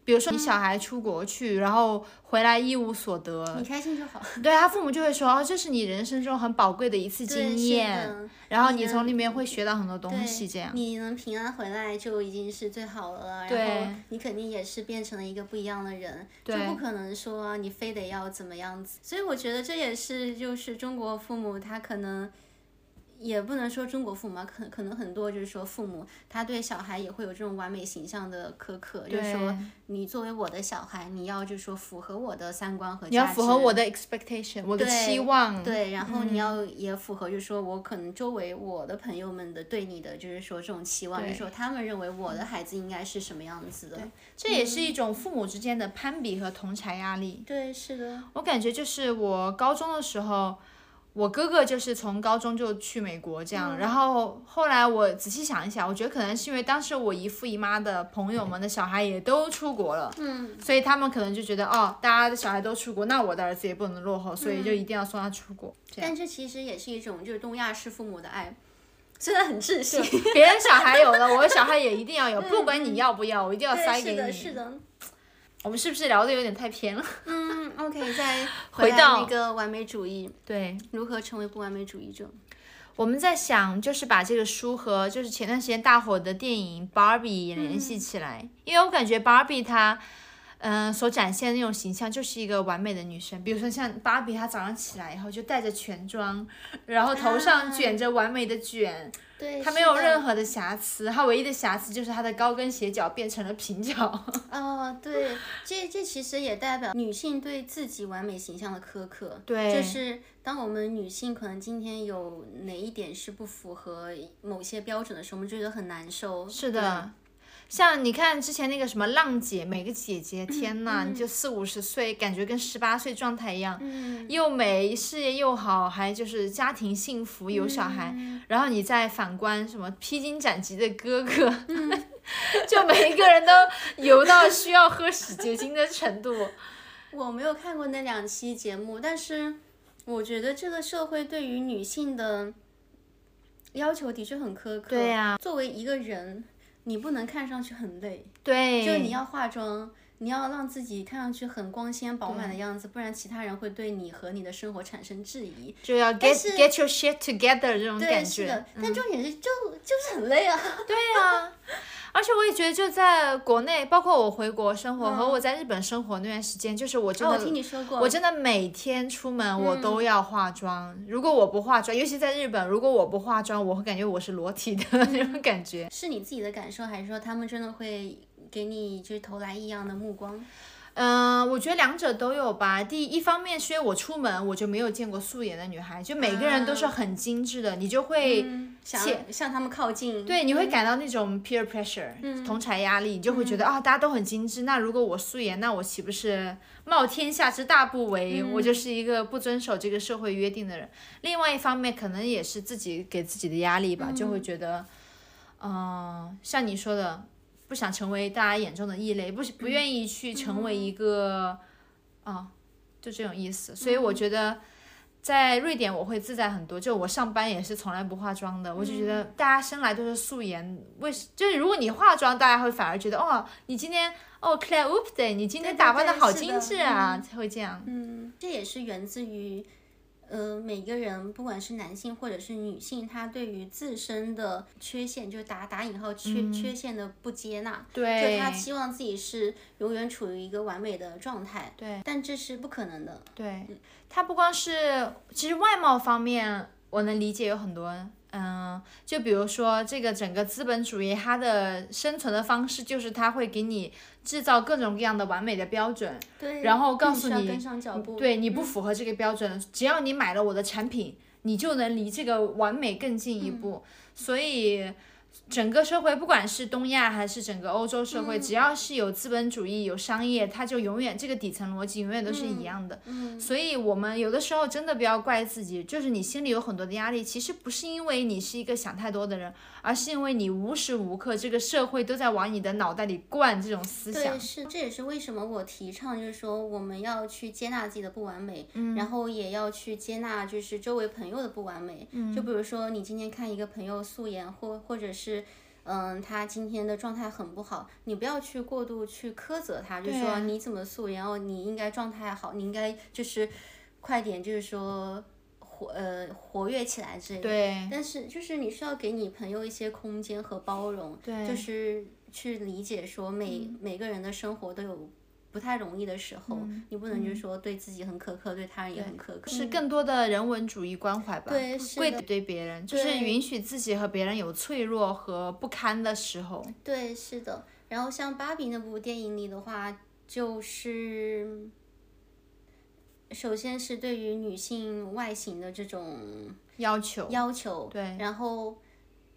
S1: 比如说你小孩出国去，然后回来一无所得
S2: 你，开心就好，
S1: 对他父母就会说，哦，这是你人生中很宝贵的一次
S2: 对
S1: 经
S2: 是
S1: 验，
S2: 的嗯
S1: 然后你从里面会学到很多东
S2: 对
S1: 西，这样。
S2: 你能平安回来就已经是最好了，
S1: 对
S2: 然后你肯定也是变成了一个不一样的人，就
S1: 对
S2: 不可能说你非得要怎么样子。所以我觉得这也是就是中国父母他可能。也不能说中国父母啊，可可能很多就是说父母他对小孩也会有这种完美形象的苛刻，就是说
S1: 对
S2: 你作为我的小孩，你要就是说符合我的三观和
S1: 你要
S2: 价
S1: 符
S2: 值
S1: 合我的 expectation，我的
S2: 对
S1: 期望，
S2: 对，然后
S1: 嗯
S2: 你要也符合，就是说我可能周围我的朋友们的对你的就是说这种期望，就是说他们认为我
S1: 嗯
S2: 的孩子应该是什么样子的。
S1: 这也是一种父母之间的攀比和同儕压力。嗯
S2: 对，是的，
S1: 我感觉就是我高中的时候，我哥哥就是从高中就去美国这样，然后后来我仔细想一想，我觉得可能是因为当时我姨父姨妈的朋友们的小孩也都出国了，嗯，所以他们可能就觉得哦，大家的小孩都出国，那我的儿子也不能落后，所以就一定要送他出国。 这样
S2: 但这其实也是一种就是东亚式父母的爱，虽然很窒息。
S1: 别人小孩有了，我的小孩也一定要有，不管你要不要，我一定要塞
S2: 对，
S1: 给
S2: 是
S1: 你。
S2: 的，是的。
S1: 我们是不是聊的有点太偏了？
S2: 嗯，OK，再
S1: 回
S2: 回来
S1: 到
S2: 那个完美主义，
S1: 对，
S2: 如何成为不完美主义者？
S1: 我们在想，就是把这个书和就是前段时间大火的电影《Barbie》也联
S2: 嗯
S1: 系起来，因为我感觉 Barbie 她，嗯、所展现的那种形象就是一个完美的女生。比如说像芭比，她早上起来以后就带着全妆，然后头上
S2: 啊
S1: 卷着完美的卷，
S2: 对，
S1: 她
S2: 是
S1: 没有
S2: 的
S1: 任何的瑕疵，她唯一的瑕疵就是她的高跟鞋脚变成了平角。
S2: 哦，对，这这其实也代表女性对自己完美形象的苛刻。
S1: 对
S2: 就是当我们女性可能今天有哪一点是不符合某些标准的时候，我们就觉得很难受。
S1: 是的，像你看之前那个什么浪姐，每个姐姐，天呐，
S2: 嗯
S1: 你就四五十岁，感觉跟十八岁状态一样，
S2: 嗯
S1: 又美，事业又好，还就是家庭幸福，有小孩。
S2: 嗯
S1: 然后你再反观什么披荆斩棘的哥哥，
S2: 嗯
S1: 就每一个人都油到需要喝洗洁精的程 度。
S2: 对，我没有看过那两期节目，但是我觉得这个社会对于女性的要求的确很苛刻。
S1: 对呀
S2: 作为一个人，你不能看上去很累。
S1: 对，
S2: 就你要化妆，你要让自己看上去很光鲜饱满的样子，不然其他人会对你和你的生活产生质疑。
S1: 就要 get get your shit together 这种
S2: 对，
S1: 感
S2: 是
S1: 觉
S2: 的。，但重点是就就是很 累啊。
S1: 对呀、而且我也觉得，就在国内，包括我回国生活和我在日本生活那段时间，就是我真
S2: 嗯哦，
S1: 的，
S2: 我听你说过，
S1: 我真的每天出门我都要化妆。如果我不化妆，尤其在日本，如果我不化妆，我会感觉我是裸体的 那种感觉。
S2: 是你自己的感受，还是说他们真的会给你就是投来异样的目光？
S1: 嗯、我觉得两者都有吧。第一方面是因为我出门，我就没有见过素颜的女孩，就每个人都是很精致的，你就会。
S2: 想要向他们靠近，
S1: 嗯对，你会感到那种 peer pressure，、同侪压力，你就会觉得啊、大家都很精致，那如果我素颜，那我岂不是冒天下之大不韪？我就是一个不遵守这个社会约定的人。另外一方面，可能也是自己给自己的压力吧，就会觉得，嗯、像你说的，不想成为大家眼中的异类，不不愿意去成为一个，啊，就这种意思。所以我觉得。在瑞典我会自在很多，就我上班也是从来不化妆的，我就觉得
S2: 嗯
S1: 大家生来都是素颜，为什就是如果你化妆，大家会反而觉得哦，你今天哦 Claire Oop Day，你今天
S2: 对对
S1: 打扮
S2: 对
S1: 好
S2: 是
S1: 精
S2: 的
S1: 致啊，才会这样。
S2: 嗯，这也是源自于，呃，每个人不管是男性或者是女性，他对于自身的缺陷，就是打打引号缺、缺陷的不接纳，
S1: 嗯对
S2: 就他期望自己是永远处于一个完美的状态，
S1: 对，
S2: 但这是不可能的，
S1: 对，它不光是其实外貌方面，我能理解有很多，嗯，就比如说这个整个资本主义，它的生存的方式就是它会给你制造各种各样的完美的标准，
S2: 对，
S1: 然后告
S2: 必
S1: 诉
S2: 须要
S1: 你
S2: 跟上脚步，
S1: 嗯
S2: 嗯
S1: 对你不符合这个标准，只要你买了我的产品，你就能离这个完美更进一步。
S2: 嗯
S1: 所以，整个社会不管是东亚还是整个欧洲社
S2: 嗯
S1: 会，只要是有资本主义、有商业，它就永远这个底层逻辑永远都是
S2: 嗯
S1: 一样的。所以我们有的时候真的不要怪自己，就是你心里有很多的压力，其实不是因为你是一个想太多的人，而是因为你无时无刻这个社会都在往你的脑袋里灌这种思想
S2: 对，。是，这也是为什么我提倡，就是说我们要去接纳自己的不完美，
S1: 嗯
S2: 然后也要去接纳就是周围朋友的不完美。
S1: 嗯
S2: 就比如说你今天看一个朋友素颜，或或者是。嗯，他今天的状态很不好，你不要去过度去苛责他，就
S1: 对啊
S2: 说你怎么素颜哦，你应该状态好，你应该就是快点，就是说活呃活跃起来之类的。
S1: 对
S2: 但是就是你需要给你朋友一些空间和包容，
S1: 对
S2: 就是去理解说每、每个人的生活都有不太容易的时候，你不能就是说对自己很苛刻，嗯对他人也很苛刻，
S1: 是更多的人文主义关怀吧，
S2: 嗯对
S1: 不
S2: 是
S1: 会
S2: 的
S1: 对别人，就是
S2: 对
S1: 允许自己和别人有脆弱和不堪的时候。
S2: 对是的。然后像芭比那部电影里的话，就是首先是对于女性外形的这种
S1: 要求，
S2: 要求，
S1: 对
S2: 然后，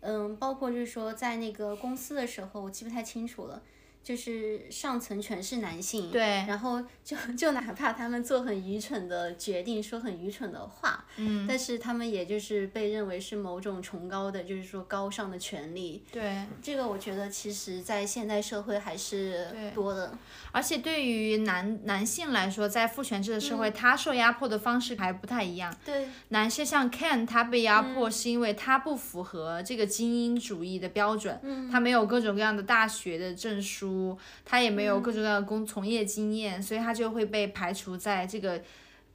S2: 嗯，包括就是说在那个公司的时候，我记不太清楚了，就是上层全是男性，
S1: 对
S2: 然后就就哪怕他们做很愚蠢的决定，说很愚蠢的话，嗯，但是他们也就是被认为是某种崇高的，就是说高尚的权利。
S1: 对，
S2: 这个我觉得其实在现代社会还是多的，
S1: 而且对于男男性来说，在父权制的社
S2: 嗯
S1: 会，他受压迫的方式还不太一样。
S2: 对嗯
S1: 男性像 Ken，他被压迫是因为他不符合这个精英主义的标准，
S2: 嗯
S1: 他没有各种各样的大学的证书，他也没
S2: 嗯
S1: 有各种各样的工从业经验，所以他就会被排除在这个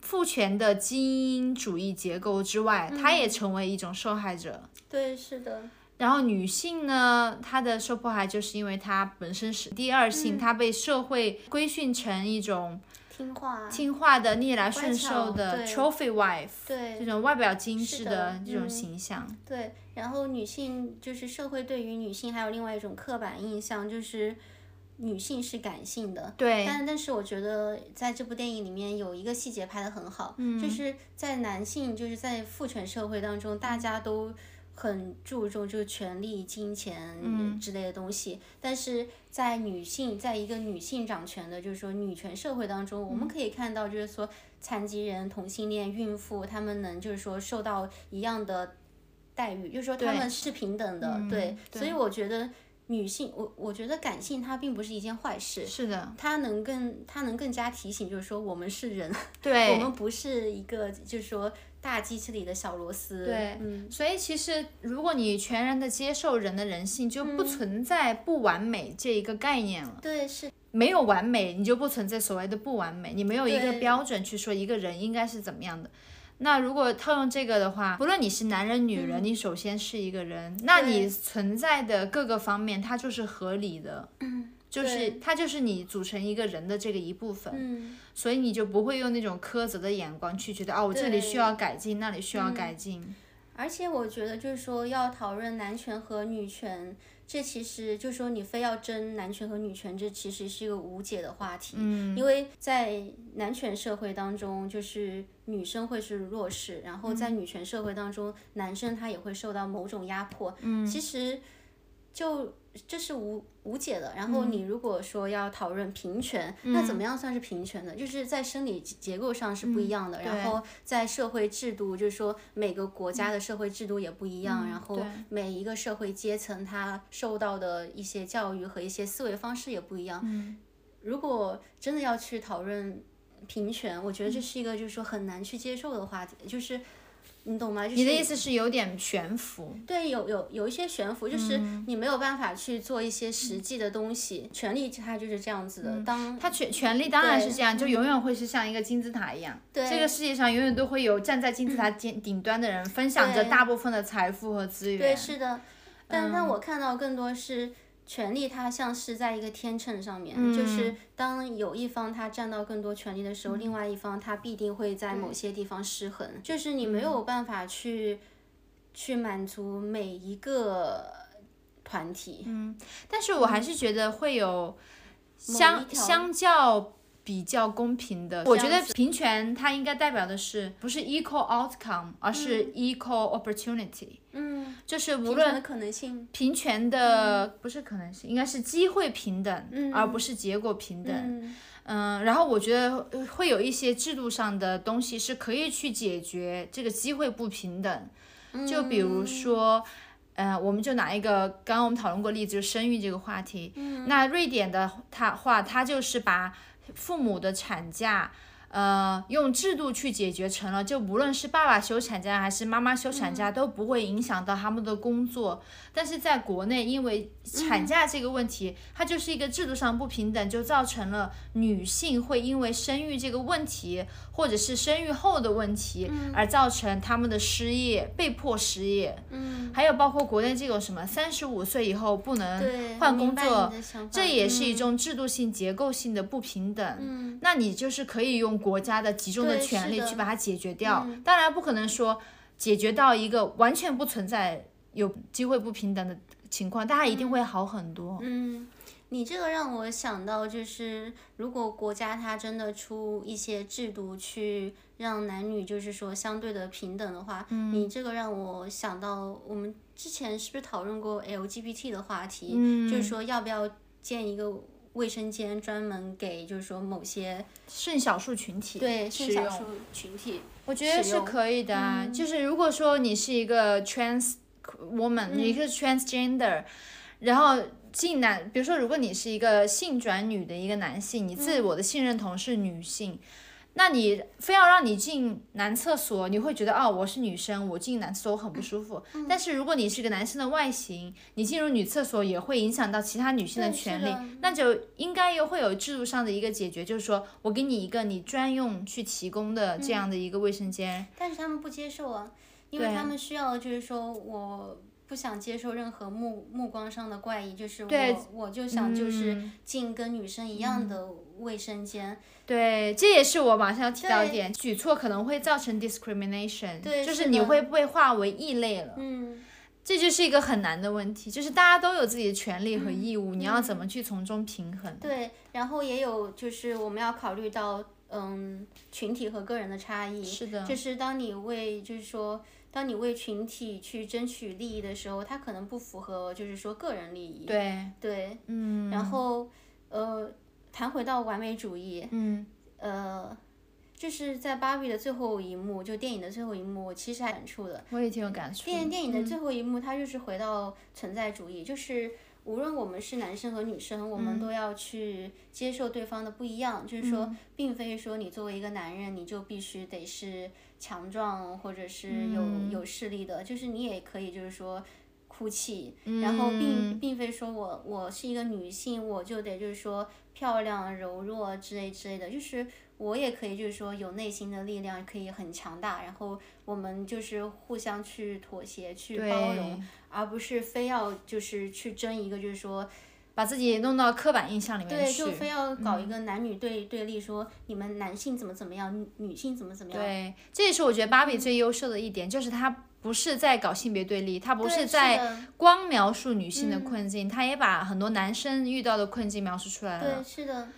S1: 父权的精英主义结构之外，他
S2: 嗯
S1: 也成为一种受害者。
S2: 对，是的，
S1: 然后女性呢，她的受迫害就是因为她本身是第二
S2: 嗯
S1: 性，她被社会规训成一种
S2: 听话，啊
S1: 听话的、逆来顺受的
S2: 乖巧
S1: trophy wife，
S2: 对
S1: 这种外表精致
S2: 是的
S1: 这种
S2: 嗯
S1: 形象。
S2: 对，然后女性就是社会对于女性还有另外一种刻板印象，就是女性是感性的。
S1: 对
S2: 但但是我觉得在这部电影里面有一个细节拍得很好，
S1: 嗯
S2: 就是在男性就是在父权社会当中，大家都很注重就是权力、金钱
S1: 嗯
S2: 之类的东西，但是在女性在一个女性掌权的，就是说女权社会当中，我
S1: 嗯
S2: 们可以看到就是说残疾人、同性恋、孕妇，他们能就是说受到一样的待遇，就是说他们是平等的，对，
S1: 嗯对
S2: 所以我觉得女性，我我觉得感性它并不是一件坏事，
S1: 是 的，
S2: 它能更它能更加提醒，就是说我们是人，我
S1: 对
S2: 们不是一个就是说大机器里的小螺丝，
S1: 对，
S2: 嗯，
S1: 所以其实如果你全然的接受人的人性，
S2: 嗯
S1: 就不存在不完美这一个概念了。
S2: 对，是，
S1: 没有完美，你就不存在所谓的不完美，你没有一个
S2: 对
S1: 标准去说一个人应该是怎么样的。那如果套用这个的话，不论你是男人、女人，你首先是一个人，那你
S2: 嗯对
S1: 存在的各个方面，它就是合理的，就是
S2: 嗯对
S1: 它就是你组成一个人的这个一部分，
S2: 嗯，
S1: 所以你就不会用那种苛责的眼光去觉得哦，我这里
S2: 对嗯
S1: 需要改进，那里需要改进，
S2: 而且我觉得就是说要讨论男权和女权，这其实就是说你非要争男权和女权，这其实是一个无解的话题，嗯，因为在男权社会当中，就是女生会是弱势，然后在女权社会当中，男生他也会受到某种压迫，嗯，其实就。这是无无解的。然
S1: 嗯
S2: 后你如果说要讨论平权，那怎么样算是平权呢？就是在生理结结构上是不一样
S1: 嗯
S2: 的，
S1: 对
S2: 然后在社会制度，就是说每个国家的社会制度也不一样，然后
S1: 嗯对
S2: 每一个社会阶层他受到的一些教育和一些思维方式也不一样。
S1: 嗯
S2: 如果真的要去讨论平权，我觉得这是一个就是说很难去接受的话题，就是你懂吗？就是、
S1: 你的意思是有点悬浮，
S2: 对，有有有一些悬浮，就是
S1: 嗯
S2: 你没有办法去做一些实际的东西。权力它就是这样子的，
S1: 嗯
S2: 当
S1: 他权权力当然是
S2: 对嗯
S1: 这样，就永远会是像一个金字塔一样。
S2: 对嗯
S1: 这个世界上永远都会有站在金字塔尖顶端的人，分享着
S2: 对
S1: 大部分的财富和资源。
S2: 对是的，但
S1: 嗯
S2: 但我看到更多是。权力它像是在一个天秤上面，就是
S1: 嗯
S2: 当有一方他占到更多权力的时候，另外一方他必定会在某些地方失衡，就是你没
S1: 嗯
S2: 有办法去、去满足每一个团体。
S1: 但是我还是觉得会有相
S2: 一条
S1: 相较比较公平的。我觉得
S2: 这样子
S1: 平权它应该代表的是不是 equal outcome，而是 equal opportunity，、
S2: 嗯，
S1: 就是无
S2: 平
S1: 论
S2: 等的可能性，
S1: 平权的、不是可能性，应该是机会平等，
S2: 嗯
S1: 而不是结果平等。
S2: 嗯，
S1: 嗯，然后我觉得呃会有一些制度上的东西是可以去解决这个机会不平等，
S2: 嗯
S1: 就比如说。呃，我们就拿一个刚刚我们讨论过例子，就是生育这个话题。那瑞典的它话，它就是把父母的产假，呃，用制度去解决成了，就无论是爸爸休产假还是妈妈休产假，都不会影响到他们的工作。但是在国内，因为产假这个问题，它就是一个制度上不平等，就造成了女性会因为生育这个问题，或者是生育后的问题，而造成他们的失业，被迫失业。嗯，还有包括国内这种什么三十五岁以后不
S2: 对，
S1: 能换
S2: 我明
S1: 工
S2: 白
S1: 作
S2: 你的，想法
S1: 这也是一
S2: 嗯
S1: 种制度性、结构性的不平等。嗯，那你就是可以用国家的集中的
S2: 对
S1: 权
S2: 是
S1: 力
S2: 的嗯
S1: 去把它解决掉。当然不可能说解决到一个完全不存在有机会不平等的情况，大家一定会好很多。
S2: 嗯，你这个让我想到，就是如果国家它真的出一些制度去让男女就是说相对的平等的话，
S1: 嗯
S2: 你这个让我想到我
S1: 嗯
S2: 们之前是不是讨论过 LGBT 的话题？就是说要不要建一个卫生间专门给就是说某些
S1: 剩少数群体
S2: 对
S1: 使
S2: 性少
S1: 用
S2: 数群体，
S1: 我觉得
S2: 使
S1: 是
S2: 用嗯
S1: 可以的啊，就是如果说你是一个 trans woman，、你
S2: 嗯
S1: 是 transgender，然后进男，比如说如果你是一个性转女的一个男性，你自我的性认同是女性，那你非要让你进男厕所，你会觉得哦，我是女生，我进男厕所我很不舒服。
S2: 嗯
S1: 但是如果你是个男生的外形，你进入女厕所也会影响到其他女性的
S2: 对是
S1: 权利
S2: 的，
S1: 那就应该又会有制度上的一个解决，就是说我给你一个你专用去提供的这样的一个卫生间。
S2: 但是他们不接受啊，因为他们需要就是说我不想接受任何目目光上的怪异，就是我我就想
S1: 嗯
S2: 就是进跟女生一样的卫生间，
S1: 对，这也是我马上要提到一点，举措可能会造成 discrimination，
S2: 对
S1: 就是是你
S2: 的
S1: 会被划为异类了。
S2: 嗯，
S1: 这就是一个很难的问题，就是大家都有自己的权利
S2: 嗯
S1: 和义务，你要怎么去从中平衡？
S2: 对，然后也有就是我们要考虑到嗯群体和个人的差异，
S1: 是的
S2: 就是当你为就是说。当你为群体去争取利益的时候，它可能不符合，就是说个人利益。
S1: 对，
S2: 对，
S1: 嗯，
S2: 然后呃，谈回到完美主义，
S1: 嗯，
S2: 呃，就是在芭比的最后一幕，就电影的最后一幕，我其实还感触的。
S1: 我也挺有感触的。嗯
S2: 电电影的最后一幕，它就是回到存在主义，就是无论我们是男生和女生，我
S1: 嗯
S2: 们都要去接受对方的不一样。就是说，并非说你作为一个男人，你就必须得是强壮或者是有、
S1: 嗯
S2: 有势力的，就是你也可以就是说。哭泣，
S1: 嗯
S2: 然后并并非说我我是一个女性，我就得就是说漂亮、柔弱之类之类的，就是我也可以就是说有内心的力量，可以很强大，然后我们就是互相去妥协、去包容，而不是非要就是去争一个就是说
S1: 把自己弄到刻板印象里面
S2: 对，
S1: 去。
S2: 就非要搞
S1: 嗯
S2: 一个男女对对立，说你们男性怎么怎么样，女女性怎么怎么样，
S1: 对，哎这也是我觉得芭比最优秀的一点，就是她不是在搞性别对立，她不
S2: 对
S1: 是
S2: 是
S1: 在
S2: 的嗯
S1: 光描述女性的困境，她也把很多男生遇到的困境描述出来
S2: 对，
S1: 了。
S2: 是的，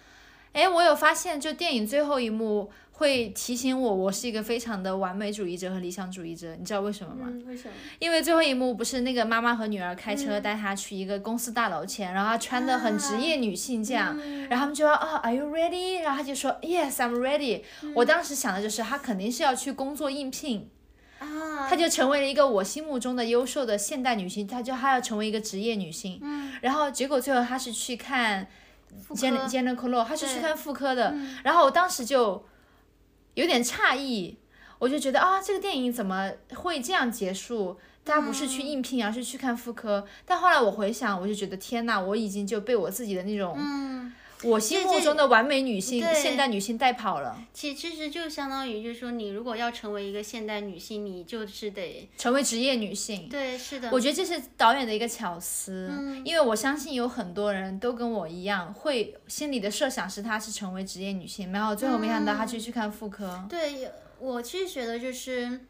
S1: 哎，我有发现，就电影最后一幕会提醒我，我是一个非常的完美主义者和理想主义者，你知道为什么吗？
S2: 嗯，为什么？
S1: 因为最后一幕不是那个妈妈和女儿开车带她去一个公司大楼前，然后她穿的很职业女性这样，
S2: 嗯
S1: 然后他们就说啊、a r e you ready？然后她就说 Yes, I'm ready、我当时想的就是她肯定是要去工作应聘，
S2: 啊，
S1: 她就成为了一个我心目中的优秀的现代女性，她就她要成为一个职业女性。然后结果最后她是去看
S2: 妇科嗯
S1: j a n j a n c o l o 她是去看妇科的，然后我当时就有点诧异，我就觉得啊，这个电影怎么会这样结束？大家不是
S2: 嗯
S1: 去应聘，而啊是去看妇科。但后来我回想，我就觉得天呐，我已经就被我自己的那种、
S2: 嗯，
S1: 我心目中的完美女性、现代女性带跑了，
S2: 其其实就相当于就是说，你如果要成为一个现代女性，你就是得
S1: 成为职业女性。
S2: 对，是的，嗯
S1: 我觉得这是导演的一个巧思，因为我相信有很多人都跟我一样，会心里的设想是她是成为职业女性，然后最后没想到她
S2: 嗯
S1: 去去看妇科。
S2: 对我其实觉得就是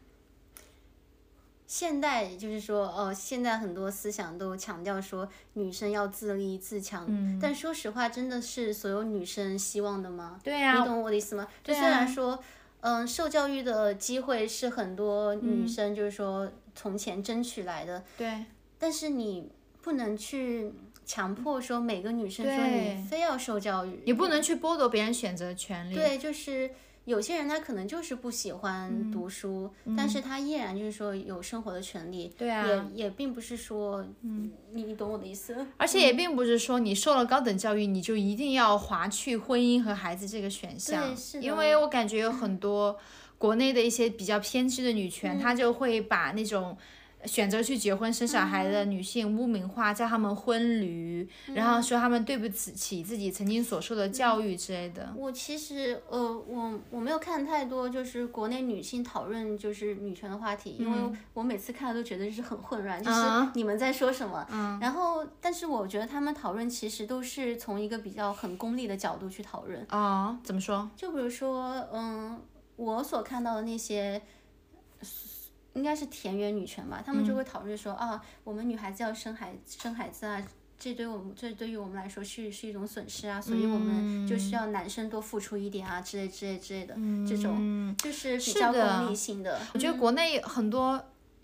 S2: 现代，就是说哦，现在很多思想都强调说女生要自立自强，
S1: 嗯
S2: 但说实话，真的是所有女生希望的吗？
S1: 对啊呀、啊
S2: 你懂我的意思吗？就虽然说，嗯、受教育的机会是很多
S1: 嗯
S2: 女生就是说从前争取来的，
S1: 对
S2: 但是你不能去强迫说每个女生说
S1: 对
S2: 你非要受教育，
S1: 你不能去剥夺别人选择的权利。
S2: 对，就是有些人他可能就是不喜欢读书，但是他依然就是说有生活的权利。
S1: 嗯对啊
S2: 也也并不是说，嗯，你你懂我的意思。
S1: 而且也并不是说你受了高等教育，你就一定要划去婚姻和孩子这个选项
S2: 对是，的
S1: 因为我感觉有很多国内的一些比较偏激的女权，
S2: 嗯
S1: 她就会把那种。选择去结婚生小孩
S2: 嗯
S1: 的女性污名化，叫她们婚驴，然后说她们对不起起自己曾经所受的教育之类的。
S2: 我其实呃，我我没有看太多，就是国内女性讨论就是女权的话题，因为我每次看都觉得就是很混乱，就是
S1: 嗯啊嗯
S2: 你们在说什么。然后，但是我觉得他们讨论其实都是从一个比较很功利的角度去讨论。
S1: 哦，怎么说？
S2: 就比如说，嗯，我所看到的那些，应该是田园女权吧，她们就
S1: 嗯
S2: 会讨论说、啊，我们女孩子要生孩生孩子啊，这对我们这对于我们来说是是一种损失啊，所以我们就
S1: 嗯
S2: 需要男生多付出一点啊，之类之类之类的，这种就是比较
S1: 的
S2: 功利性的。
S1: 我觉得国内很多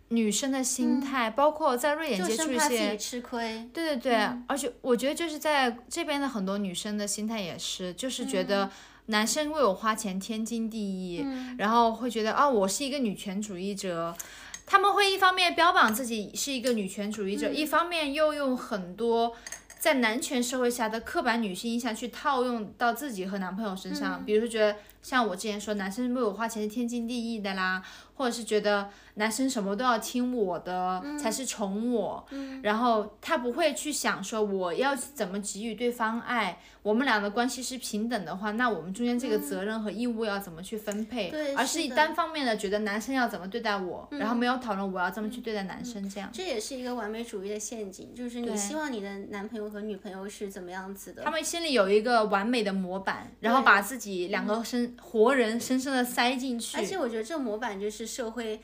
S1: 女生的心态，包括在瑞典
S2: 嗯就
S1: 接触
S2: 生
S1: 一
S2: 怕自
S1: 些
S2: 己吃亏。
S1: 对对对，而且我觉得就是在这边的很多女生的心态也是，就是觉得男生为我花钱天经地义，然后会觉得啊，我是一个女权主义者。他们会一方面标榜自己是一个女权主义者，一方面又用很多在男权社会下的刻板女性印象去套用到自己和男朋友身上，比如说觉得像我之前说，男生为我花钱是天经地义的啦，或者是觉得男生什么都要听我的、
S2: 嗯
S1: 才是宠我，然后他不会去想说我要怎么给予对方爱，我们俩的关系是平等的话，那我们中间这个责任和义务要怎么去分配，
S2: 嗯对
S1: 而
S2: 是
S1: 是以
S2: 的嗯
S1: 单方面的觉得男生要怎么对待我，然后没有讨论我要怎么去对待男生这样。
S2: 这也是一个完美主义的陷阱，就是你希望你的男朋友和女朋友是怎么样子的
S1: 他，们心里有一个完美的模板，然后把自己两个生活人深深的塞进去。
S2: 而且我觉得这模板就是社会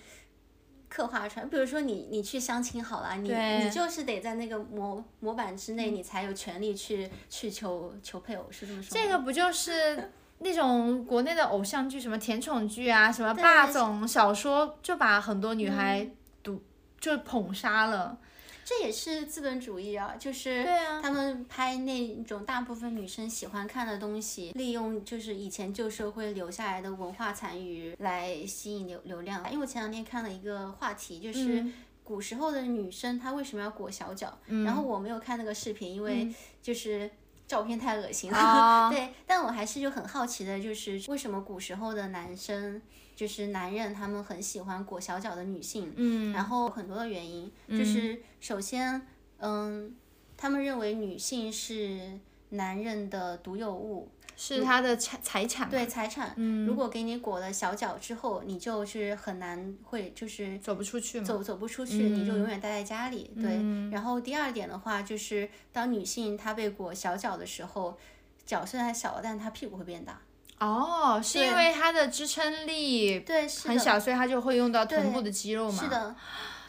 S2: 刻画出来。比如说你你去相亲好了，你
S1: 对嗯
S2: 你就是得在那个模模板之内，你才有权利去去求求配偶，是这么说吗？
S1: 这个不就是那种国内的偶像剧，什么甜宠剧啊，什么霸总小说，就把很多女孩
S2: 嗯
S1: 毒、就捧杀了。
S2: 这也是资本主义啊，就是
S1: 对啊
S2: 他们拍那种大部分女生喜欢看的东西，利用就是以前旧社会留下来的文化残余来吸引流流量。因为我前两天看了一个话题，就是
S1: 嗯
S2: 古时候的女生她为什么要裹小脚？然后我没有看那个视频，因为就是。照片太恶心了，
S1: 嗯哦
S2: 对，但我还是就很好奇的，就是为什么古时候的男生，就是男人，他们很喜欢裹小脚的女性，
S1: 嗯，
S2: 然后很多的原因，就是首先，嗯，他们认为女性是男人的独有物，
S1: 是他的财财产嗯嘛，
S2: 对财产，如果给你裹了小脚之后，你就是很难会就是
S1: 走不出去嘛。嗯
S2: 走走不出去，你就永远待在家里。对，然后第二点的话，就是当女性她被裹小脚的时候，脚虽然小，但她屁股会变大。
S1: 哦，是因为他的支撑力
S2: 对，是
S1: 很
S2: 的
S1: 小，所以他就会用到臀部的肌肉嘛。
S2: 是的，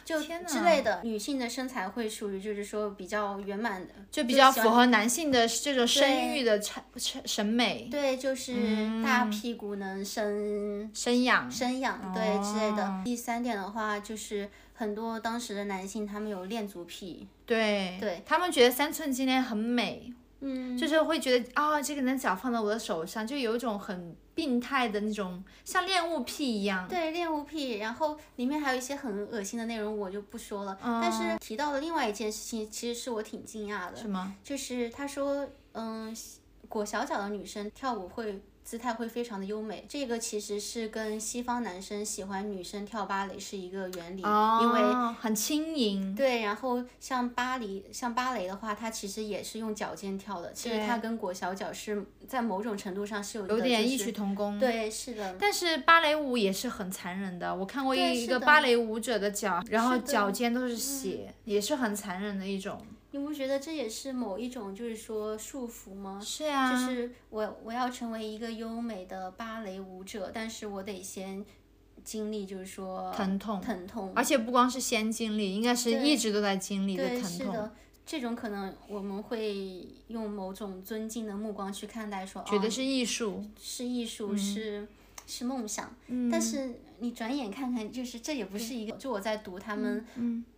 S2: 就
S1: 天
S2: 之
S1: 哪
S2: 类的，女性的身材会属于就是说比较圆满的，
S1: 就比较
S2: 喜
S1: 符
S2: 欢
S1: 合男性的这种生育的产产审美、
S2: 对，就是大屁股能伸、
S1: 生嗯养。
S2: 生养，对之类
S1: 哦
S2: 的。第三点的话，就是很多当时的男性他们有恋足癖，
S1: 对，对他们觉得三寸金莲很美，
S2: 嗯，
S1: 就是会觉得啊、这个人脚放到我的手上，就有一种很病态的那种，像恋物癖一样。
S2: 对恋物癖，然后里面还有一些很恶心的内容，我就不说了。但是提到了另外一件事情，其实是我挺惊讶的，
S1: 嗯什么？
S2: 就是他说，嗯，裹小脚的女生跳舞会。姿态会非常的优美，这个其实是跟西方男生喜欢女生跳芭蕾是一个原理，因为
S1: 哦很轻盈。
S2: 对，然后像巴黎，像芭蕾的话，它其实也是用脚尖跳的。其实它跟裹小脚是在某种程度上是有有
S1: 有点异曲同工。
S2: 对，是的，
S1: 但是芭蕾舞也是很残忍的，我看过
S2: 对
S1: 一
S2: 是
S1: 个
S2: 的
S1: 芭蕾舞者的脚，然后
S2: 是的嗯
S1: 脚尖都是血，也是很残忍的一种。
S2: 你不觉得这也是某一种就是说束缚吗？
S1: 是啊，
S2: 就是我我要成为一个优美的芭蕾舞者，但是我得先经历就是说
S1: 疼痛
S2: 疼啊痛，
S1: 而且不光是先经历，应该是
S2: 对
S1: 一直都在经历
S2: 对，
S1: 疼
S2: 是
S1: 痛。
S2: 的。这种可能我们会用某种尊敬的目光去看待说，
S1: 觉
S2: 哦
S1: 得是艺术，嗯
S2: 是艺术，是是梦想。但是你转眼看看，就是这也不是一个。就我在
S1: 嗯
S2: 读他们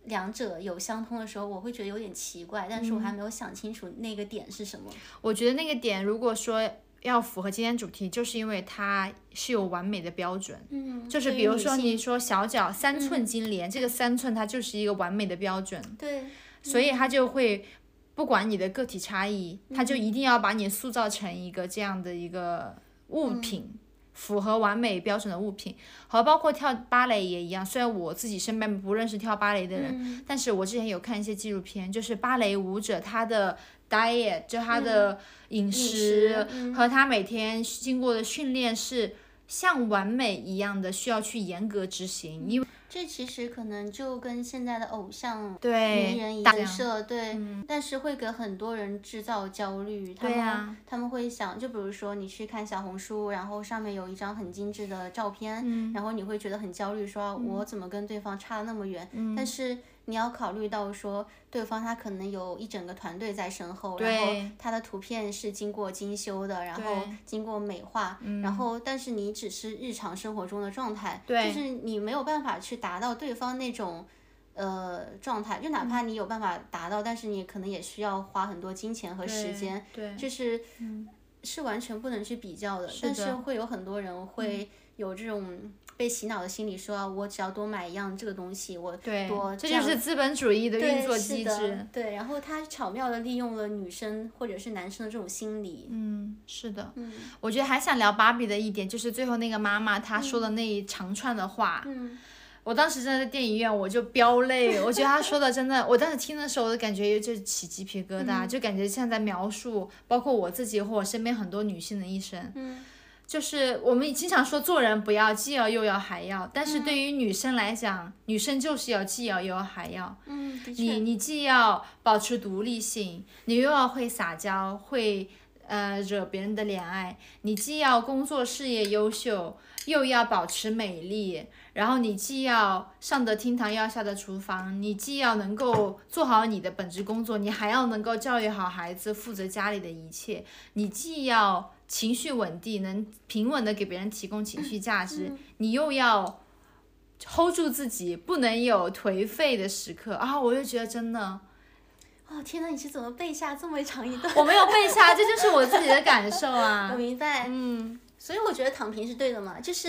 S2: 两者有相通的时候，我会觉得有点奇怪，但是
S1: 嗯
S2: 我还没有想清楚那个点是什么。
S1: 我觉得那个点如果说要符合今天主题，就是因为它是有完美的标准。
S2: 嗯，
S1: 就是
S2: 对于
S1: 比如
S2: 女
S1: 说你
S2: 性嗯
S1: 说小脚三寸金莲，这个三寸它就是一个完美的标准，
S2: 对
S1: 所以它就会不管你的个体差异，它
S2: 嗯
S1: 就一定要把你塑造成一个这样的一个物
S2: 嗯
S1: 品。符合完美标准的物品，和包括跳芭蕾也一样。虽然我自己身边不认识跳芭蕾的人，
S2: 嗯
S1: 但是我之前有看一些纪录片，就是芭蕾舞者他的 diet，就他
S2: 嗯
S1: 的饮食，
S2: 饮食嗯
S1: 和他每天经过的训练是像完美一样的，需要去严格执行，因为
S2: 这其实可能就跟现在的偶像。名嗯人
S1: 对
S2: 一
S1: 大嗯
S2: 人设对，但是会给很多人制造焦虑。他
S1: 对
S2: 们、
S1: 啊
S2: 他们会想，就比如说你去看小红书，然后上面有一张很精致的照片，
S1: 嗯
S2: 然后你会觉得很焦虑，说我怎么跟对方差了那么远？
S1: 嗯
S2: 但是你要考虑到说，对方他可能有一整个团队在身后，然
S1: 对
S2: 后他的图片是经过精修的，然后
S1: 对嗯
S2: 经过美化，然后但是你只是日常生活中的状态，
S1: 对
S2: 就是你没有办法去达到对方那种呃状态，就
S1: 嗯
S2: 哪怕你有办法达到，但是你可能也需要花很多金钱和时间，
S1: 对，嗯
S2: 就是是完全不能去比较的。但是会有很多
S1: 嗯
S2: 人会有这种被洗脑的心理，说啊，我只要多买一样这个东西，我
S1: 对
S2: 多，
S1: 这
S2: 样
S1: 就是资本主义的
S2: 对
S1: 运作
S2: 是
S1: 机
S2: 的
S1: 制。
S2: 对，然后他巧妙的利用了女生或者是男生的这种心理。
S1: 嗯，是的，嗯，我觉得还想聊芭比的一点，就是最后那个妈妈她说的那一长串的话，
S2: 嗯，
S1: 我当时真的在电影院我就飙泪，我觉得她说的真的，我当时听的时候我就感觉就起鸡皮疙
S2: 嗯
S1: 瘩，就感觉像在描述，包括我自己和我身边很多女性的一生，
S2: 嗯，
S1: 就是我们经常说做人不要既要又要还要，但是对于女生来讲，女生就是要既要又要还要，
S2: 嗯，的
S1: 你
S2: 确，
S1: 你既要保持独立性，你又要会撒娇，会呃惹别人的怜爱，你既要工作事业优秀，又要保持美丽，然后你既要上得厅堂，又要下得厨房，你既要能够做好你的本职工作，你还要能够教育好孩子，负责家里的一切，你既要情绪稳定，能平稳的给别人提供情绪价值，
S2: 嗯
S1: 你又要 hold 住自己，不能有颓废的时刻啊！我就觉得真的，
S2: 哦，天呐，你是怎么背下这么 长一段？
S1: 我没有背下，这就是我自己的感受
S2: 我
S1: 啊。
S2: 明白，
S1: 嗯，
S2: 所以我觉得躺平是对的嘛，就是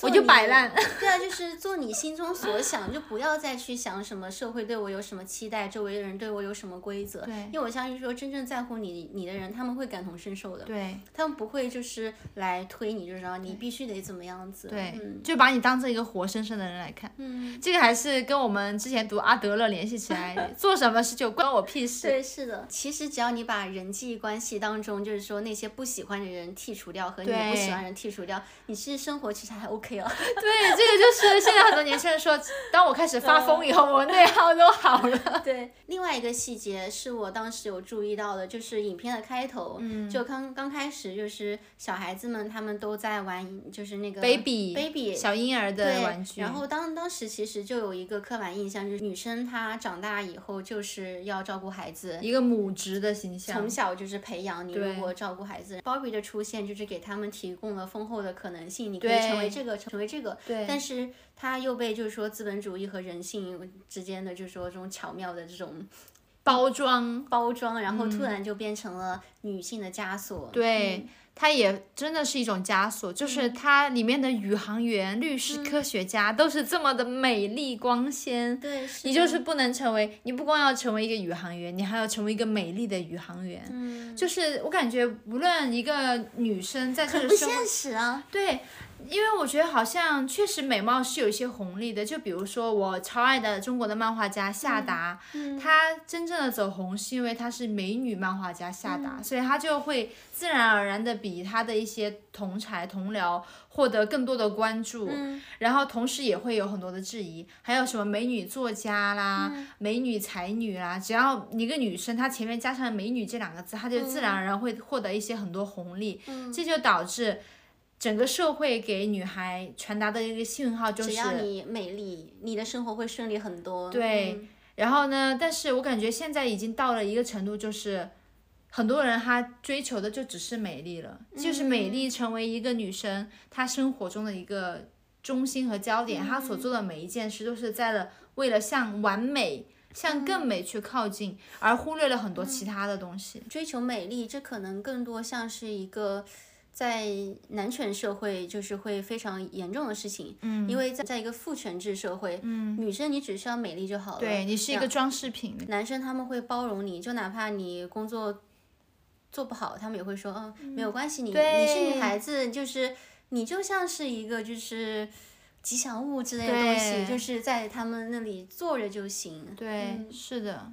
S1: 我
S2: 做
S1: 就
S2: 你
S1: 摆烂。
S2: 对啊，就是做你心中所想，就不要再去想什么社会对我有什么期待，周围的人对我有什么规则。
S1: 对
S2: 因为我相信说，真正在乎你你的人，他们会感同身受的，
S1: 对
S2: 他们不会就是来推你，就是说你必须得怎么样子。
S1: 对，
S2: 嗯
S1: 就把你当成一个活生生的人来看。
S2: 嗯，
S1: 这个还是跟我们之前读阿德勒联系起来，做什么事就关我屁事。
S2: 对，是的。其实只要你把人际关系当中，就是说那些不喜欢的人剔除掉和你
S1: 对
S2: 不喜欢的人剔除掉，你其实生活其实还 OK 哦了。
S1: 对，这个就是现在很多年轻人说，当我开始发疯以后，我内耗都好 了。
S2: 对，另外一个细节是我当时有注意到的，就是影片的开头，嗯，就刚刚开始就是小孩子们他们都在玩，就是那个
S1: baby
S2: baby
S1: 小婴儿的
S2: 对
S1: 玩具，
S2: 然后当当时其实就有一个刻板印象，就是女生她长大以后就是要照顾孩子。
S1: 一个母职的形象
S2: 从。小就是培养你如何照顾孩子。Bobby 的出现就是给他们提供了丰厚的可能性，你可以
S1: 对
S2: 成为这个，成为这个。
S1: 对
S2: 但是他又被就是说资本主义和人性之间的就是说这种巧妙的这种
S1: 包装，
S2: 包装，然后突然就变成了女性的枷锁。嗯
S1: 对，它也真的是一种枷锁，就是它里面的宇航员、律
S2: 嗯
S1: 师、科学家都是这么的美丽光鲜。
S2: 对，是
S1: 你
S2: 的
S1: 就是不能成为，你不光要成为一个宇航员，你还要成为一个美丽的宇航员。
S2: 嗯，
S1: 就是我感觉，无论一个女生在这
S2: 很
S1: 个
S2: 不
S1: 社会
S2: 现实啊。
S1: 对，因为我觉得好像确实美貌是有一些红利的，就比如说我超爱的中国的漫画家夏
S2: 嗯
S1: 达，她真正的走红是因为她是美女漫画家夏达，所以她就会自然而然的比她的一些同才同僚获得更多的关注，然后同时也会有很多的质疑，还有什么美女作家啦、美女才女啦，只要一个女生她前面加上美女这两个字，她就自然而然会获得一些很多红利，这就导致。整个社会给女孩传达的一个信号就是
S2: 只要你美丽，你的生活会顺利很多。
S1: 对
S2: 嗯
S1: 然后呢，但是我感觉现在已经到了一个程度，就是很多人他追求的就只是美丽了，就是美
S2: 嗯
S1: 丽成为一个女生她生活中的一个中心和焦点，她所做的每一件事都是在了为了向完美、向更美去靠近，而忽略了很多其他的东西。
S2: 追求美丽，这可能更多像是一个在男权社会就是会非常严重的事情。嗯，因为在在一个父权制社会，嗯，女生你只需要美丽就好了。
S1: 对你是一个装饰品，
S2: 男生他们会包容你，就哪怕你工作做不好，他们也会说，嗯，没有关系，你你是女
S1: 对
S2: 孩子，就是你就像是一个就是吉祥物之类的东西，
S1: 对
S2: 就是在他们那里坐着就行。
S1: 对，
S2: 嗯
S1: 是的，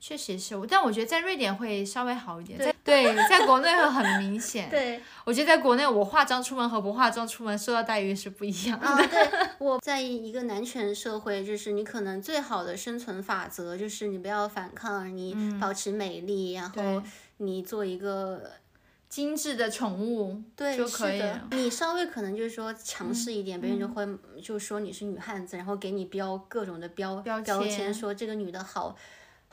S1: 确实是。但我觉得在瑞典会稍微好一点，在对，在国内会很明显。
S2: 对，
S1: 我觉得在国内，我化妆出门和不化妆出门受到待遇是不一样的。
S2: 啊，对，我在一个男权社会，就是你可能最好的生存法则就是你不要反抗，你保持美丽，然后
S1: 嗯对
S2: 你做一个
S1: 精致的宠物
S2: 对
S1: 就是可以嗯
S2: 的
S1: 了。
S2: 你稍微可能就是说强势一点，别人就会就说你是女汉子，然后给你标各种的标
S1: 标
S2: 签，
S1: 签
S2: 说这个女的好。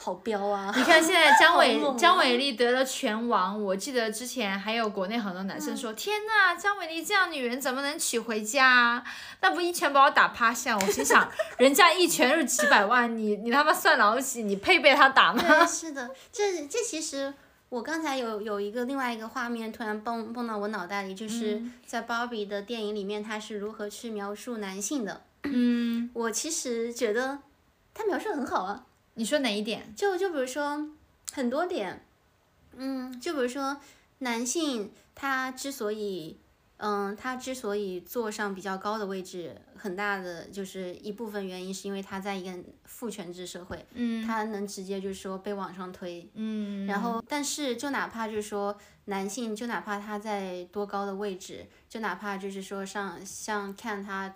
S2: 好彪啊！
S1: 你看现在张伟、
S2: 好猛啊
S1: 张伟丽得了拳王，我记得之前还有国内很多男
S2: 嗯
S1: 生说：“天呐，张伟丽这样女人怎么能娶回家、啊？那不一拳把我打趴下？”我心想，人家一拳是几百万，你你他妈算老几？你配被他打吗？
S2: 对，是的，这这其实我刚才有有一个另外一个画面突然蹦蹦到我脑袋里，就是
S1: 嗯
S2: 在芭比的电影里面，他是如何去描述男性的。
S1: 嗯，
S2: 我其实觉得他描述得很好啊，
S1: 你说哪一点？
S2: 就就比如说很多点，嗯，就比如说男性他之所以，嗯，他之所以坐上比较高的位置，很大的就是一部分原因是因为他在一个父权制社会，嗯，他能直接就是说被往上推，
S1: 嗯，
S2: 然后，但是就哪怕就是说男性，就哪怕他在多高的位置，就哪怕就是说上像看他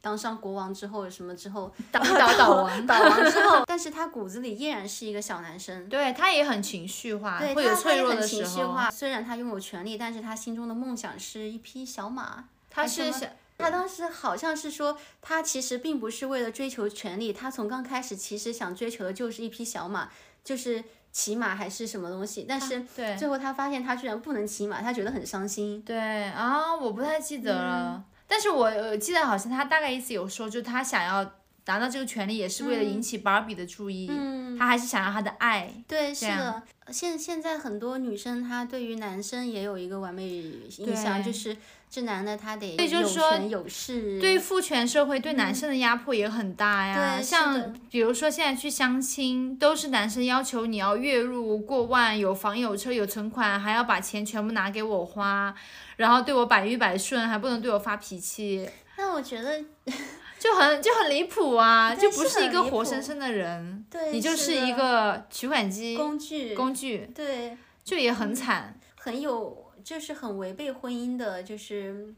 S2: 当上国王之后什么之后，
S1: 打倒倒王，
S2: 倒 王之后，但是他骨子里依然是一个小男生，
S1: 对他也很情绪化，
S2: 对，
S1: 会
S2: 他
S1: 有
S2: 他
S1: 脆
S2: 也
S1: 弱
S2: 很
S1: 的时
S2: 情绪
S1: 候。
S2: 化。虽然他拥有权利，但是他心中的梦想是一匹小马。
S1: 他
S2: 还
S1: 是
S2: 什么
S1: 想
S2: 他当时好像是说，他其实并不是为了追求权利，他从刚开始其实想追求的就是一匹小马，就是骑马还是什么东西，但是。
S1: 对
S2: 最后他发现他居然不能骑马，他觉得很伤心。嗯
S1: 对啊，我不太记得了，但是我我记得好像他大概意思有说，就他想要拿到这个权利，也是为了引起芭比的注意，
S2: 嗯，
S1: 他还是想要他的爱。
S2: 对，是
S1: 样
S2: 的。现现在很多女生她对于男生也有一个完美印象，
S1: 对
S2: 就是这男的他得
S1: 对就是
S2: 有
S1: 说
S2: 权有势。
S1: 对于父权社会对男生的压迫也很大呀，
S2: 嗯对是
S1: 像
S2: 的
S1: 比如说现在去相亲，都是男生要求你要月入过万，有房有车有存款，还要把钱全部拿给我花，然后对我百依百顺，还不能对我发脾气，
S2: 那我觉得
S1: 就很就很离谱啊，
S2: 对
S1: 就不
S2: 是
S1: 是一
S2: 很
S1: 个
S2: 离
S1: 活
S2: 谱
S1: 生生的人，
S2: 对，
S1: 你就是一
S2: 的
S1: 个取款机
S2: 工具，嗯
S1: 工具，
S2: 对，
S1: 就也很惨，
S2: 很有就是很违背婚姻的，就是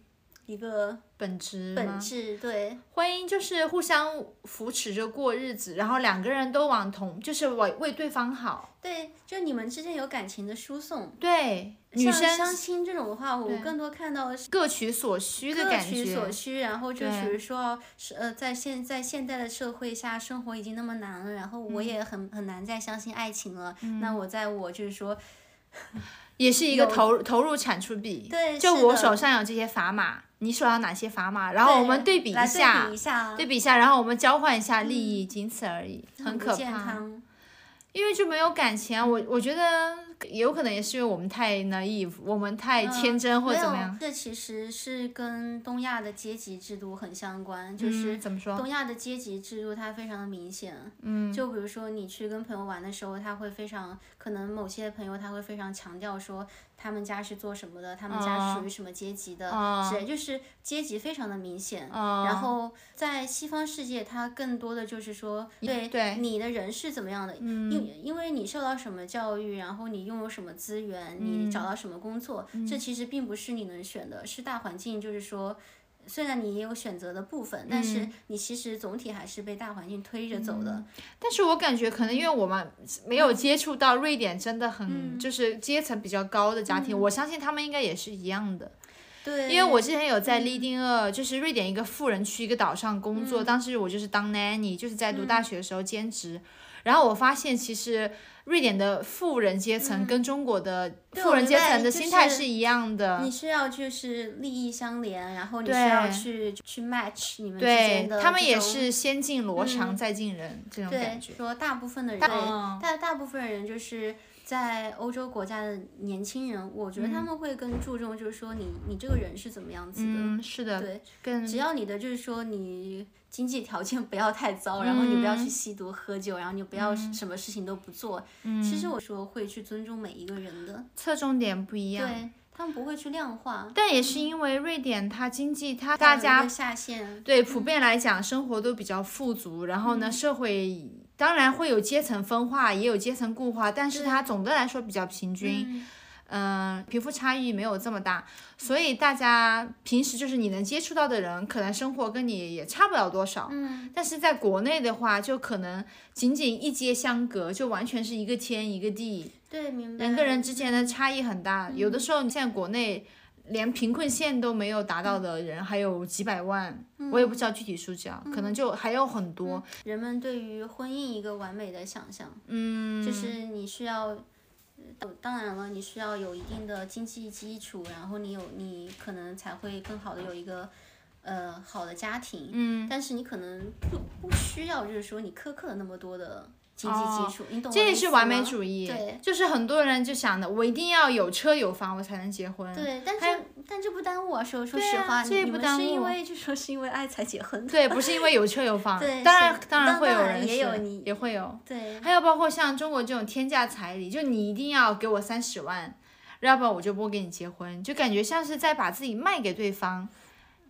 S2: 一个
S1: 本质
S2: 本
S1: 吗
S2: 质。对，
S1: 婚姻就是互相扶持着过日子，然后两个人都往同，就是为为对方好。
S2: 对，就你们之间有感情的输送。
S1: 对，女
S2: 像
S1: 生
S2: 相亲这种的话，我
S1: 对
S2: 更多看到的是。
S1: 各取所需的
S2: 各
S1: 感
S2: 取
S1: 觉
S2: 所。需，然后就
S1: 对
S2: 属于说，是呃，在现在现代的社会下，生活已经那么难了，然后我
S1: 嗯
S2: 也很、很难再相信爱情了。那我在我就是说，
S1: 也是一个
S2: 有
S1: 投投入产出比。
S2: 对
S1: 就是我
S2: 的
S1: 手上有这些砝码，你手上哪些砝码，然后我们
S2: 对
S1: 比一
S2: 来
S1: 下，
S2: 对比一下，嗯
S1: 对比一下，然后我们交换一下利益，仅此而已，很
S2: 不
S1: 可
S2: 健
S1: 怕。
S2: 康。
S1: 因为就没有感情啊，我我觉得有可能也是因为我们太 naive，我们太天真或
S2: 嗯没
S1: 者怎
S2: 有
S1: 么样，。
S2: 这其实是跟东亚的阶级制度很相关，就是
S1: 嗯怎么说？
S2: 东亚的阶级制度它非常的明显，嗯，就比如说你去跟朋友玩的时候，他会非常可能某些朋友他会非常强调说他们家是做什么的，他们家是属于什么阶级的，
S1: 哦
S2: 之类，就是阶级非常的明显。
S1: 哦
S2: 然后在西方世界，它更多的就是说对
S1: 对嗯
S2: 你的人是怎么样的，因因为你受到什么教育，然后你拥有什么资源，
S1: 嗯
S2: 你找到什么工作，这其实并不是你能选的，是大环境，就是说。虽然你也有选择的部分，但
S1: 嗯
S2: 是你其实总体还是被大环境推着走的。
S1: 但是我感觉可能因为我们没
S2: 嗯
S1: 有接触到瑞典真的很、就是阶层比较高的家庭，我相信他们应该也是一样的。
S2: 嗯对，嗯
S1: 因为我之前有在利丁厄，就是瑞典一个富人区一个岛上工
S2: 嗯
S1: 作，当时我就是当 nanny，就是在读大学的时候兼职。然后我发现，其实瑞典的富人阶层跟中国的
S2: 嗯对
S1: 富
S2: 我
S1: 人
S2: 明
S1: 阶
S2: 白
S1: 层的
S2: 就
S1: 心态
S2: 是
S1: 是一样的。
S2: 你是要就是利益相连，然后你是
S1: 对
S2: 要去去 match 你们之
S1: 对
S2: 间的
S1: 他们
S2: 这
S1: 也
S2: 种嗯
S1: 是先进罗裳，再进人这种
S2: 对
S1: 感觉。
S2: 说大部分的人，
S1: 大
S2: 对
S1: 嗯
S2: 大大部分人就是在欧洲国家的年轻人，我觉得
S1: 嗯
S2: 他们会更注重就是说你你这个人是怎么样子的。
S1: 嗯，是的，
S2: 对，
S1: 更
S2: 只要你的就是说你经济条件 不要太糟，然后你不要
S1: 嗯
S2: 去吸毒喝酒，然后你不要什么事情都不做。
S1: 嗯
S2: 其实我说会去尊重每一个人的，
S1: 侧重点不一样。
S2: 对他们不会去量化。
S1: 但也是因为瑞典它经济它大
S2: 它有一
S1: 家
S2: 个下限，
S1: 对普遍来讲生活都比较富足，然后
S2: 嗯
S1: 呢社会当然会有阶层分化，也有阶层固化，但是它总的来说比较平均。
S2: 嗯
S1: 嗯，贫富差异没有这么大，所以大家平时就是你能接触到的人，可能生活跟你也差不了多少。嗯，但是在国内的话，就可能仅仅一街相隔，就完全是一个天一个地，
S2: 对，明白。嗯
S1: 人跟人之间的差异很大。有的时候你现在国内连贫困线都没有达到的人，还有几百万，
S2: 嗯
S1: 我也不知道具体数字啊，可能就还有很多。
S2: 人们对于婚姻一个完美的想象，嗯，就是你需要，呃当然了，你需要有一定的经济基础，然后你有你可能才会更好的有一个。呃，好的家庭，嗯，但是你可能不不需要，就是说你苛刻了那么多的经济基础，嗯你懂
S1: 哦
S2: 我
S1: 这
S2: 的
S1: 也
S2: 意
S1: 是
S2: 思
S1: 完美
S2: 吗
S1: 主义，
S2: 对，
S1: 就是很多人就想的，我一定要有车有房，我才能结婚。
S2: 对，但是但这不耽误啊，说说实
S1: 啊
S2: 话，
S1: 这
S2: 你
S1: 也
S2: 你
S1: 不
S2: 们
S1: 耽
S2: 是因
S1: 误
S2: 为 就说是因为爱才结婚的，
S1: 对，不是因为有车有房，
S2: 对
S1: 当然
S2: 是
S1: 当然
S2: 当
S1: 会有
S2: 当然
S1: 人
S2: 也
S1: 是
S2: 有你
S1: 也会有，
S2: 对
S1: 还有包括像中国这种天价彩礼，就你一定要给我三十万，要不然我就不跟你结婚，就感觉像是在把自己卖给对方，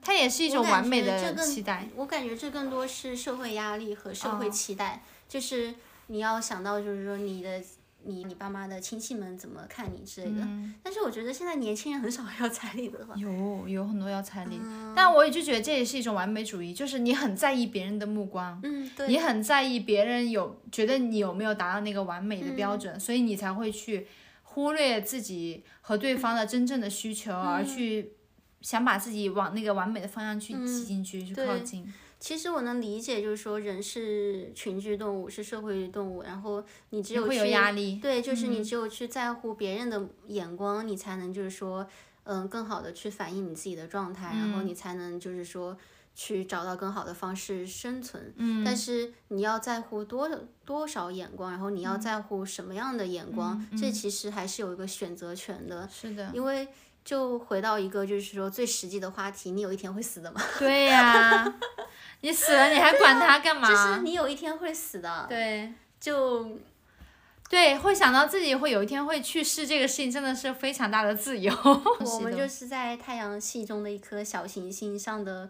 S1: 它也是一种
S2: 我
S1: 完
S2: 感
S1: 美
S2: 觉这
S1: 的
S2: 更
S1: 期待。
S2: 我感觉这更多是社会压力和社会
S1: 哦
S2: 期待，就是你要想到，就是说你的你你爸妈的亲戚们怎么看你之类的。
S1: 嗯
S2: 但是我觉得现在年轻人很少 要彩礼的了吧。嗯
S1: 有有很多要彩礼，但我也就觉得这也是一种完美主义，就是你很在意别人的目光，
S2: 嗯，对，
S1: 你很在意别人有觉得你有没有达到那个完美的标
S2: 嗯
S1: 准，所以你才会去忽略自己和对方的真正的需
S2: 嗯
S1: 求，而去想把自己往那个完美的方向去挤
S2: 嗯
S1: 进去，去靠近。
S2: 其实我能理解，就是说人是群居动物，是社会动物，然后你只有
S1: 会有
S2: 去
S1: 压力
S2: 对，就是
S1: 嗯
S2: 你只有去在乎别人的眼光，你才能就是说，嗯，更好的去反映你自己的状态，然
S1: 嗯
S2: 后你才能就是说去找到更好的方式生存。嗯，但是你要在乎多多少眼光，然后你
S1: 嗯
S2: 要在乎什么样的眼光，这其实还是有一个选择权的，
S1: 是的，
S2: 因为。就回到一个就是说最实际的话题，你有一天会死的吗？
S1: 对呀、 你死了你还管他干嘛？
S2: 啊就是你有一天会死的，
S1: 对
S2: 就
S1: 对，会想到自己会有一天会去世，这个事情真的是非常大的自由。
S2: 我们就是在太阳系中的一颗小行星上的，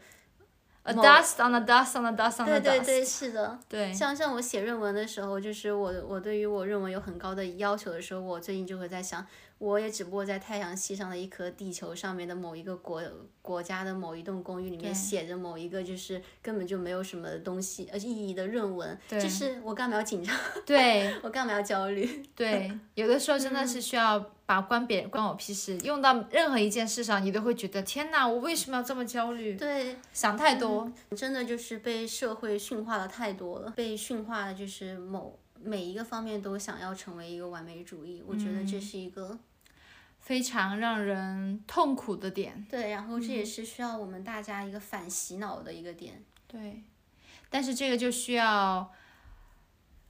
S1: a dust on a dust on a dust on a
S2: 对
S1: dust。
S2: 对对，是的。
S1: 对
S2: 像像我写论文的时候，就是我我对于我论文有很高的要求的时候，我最近就会在想，我也只不过在太阳系上的一颗地球上面的某一个国国家的某一栋公寓里面写着某一个就是根本就没有什么东西呃意义的论文，
S1: 对
S2: 就是我干嘛要紧张，
S1: 对
S2: 我干嘛要焦虑？
S1: 对，有的时候真的
S2: 嗯
S1: 是需要把关别人关我屁事，用到任何一件事上，你都会觉得天哪，我为什么要这么焦虑？
S2: 对，嗯
S1: 想太多。
S2: 真的就是被社会驯化的太多了，被驯化的就是某每一个方面都想要成为一个完美主义，我觉得
S1: 嗯
S2: 这是一个、
S1: 非常让人痛苦的点，嗯
S2: 对，然后这也是需要我们大家一个反洗脑的一个点。
S1: 对，但是这个就需要，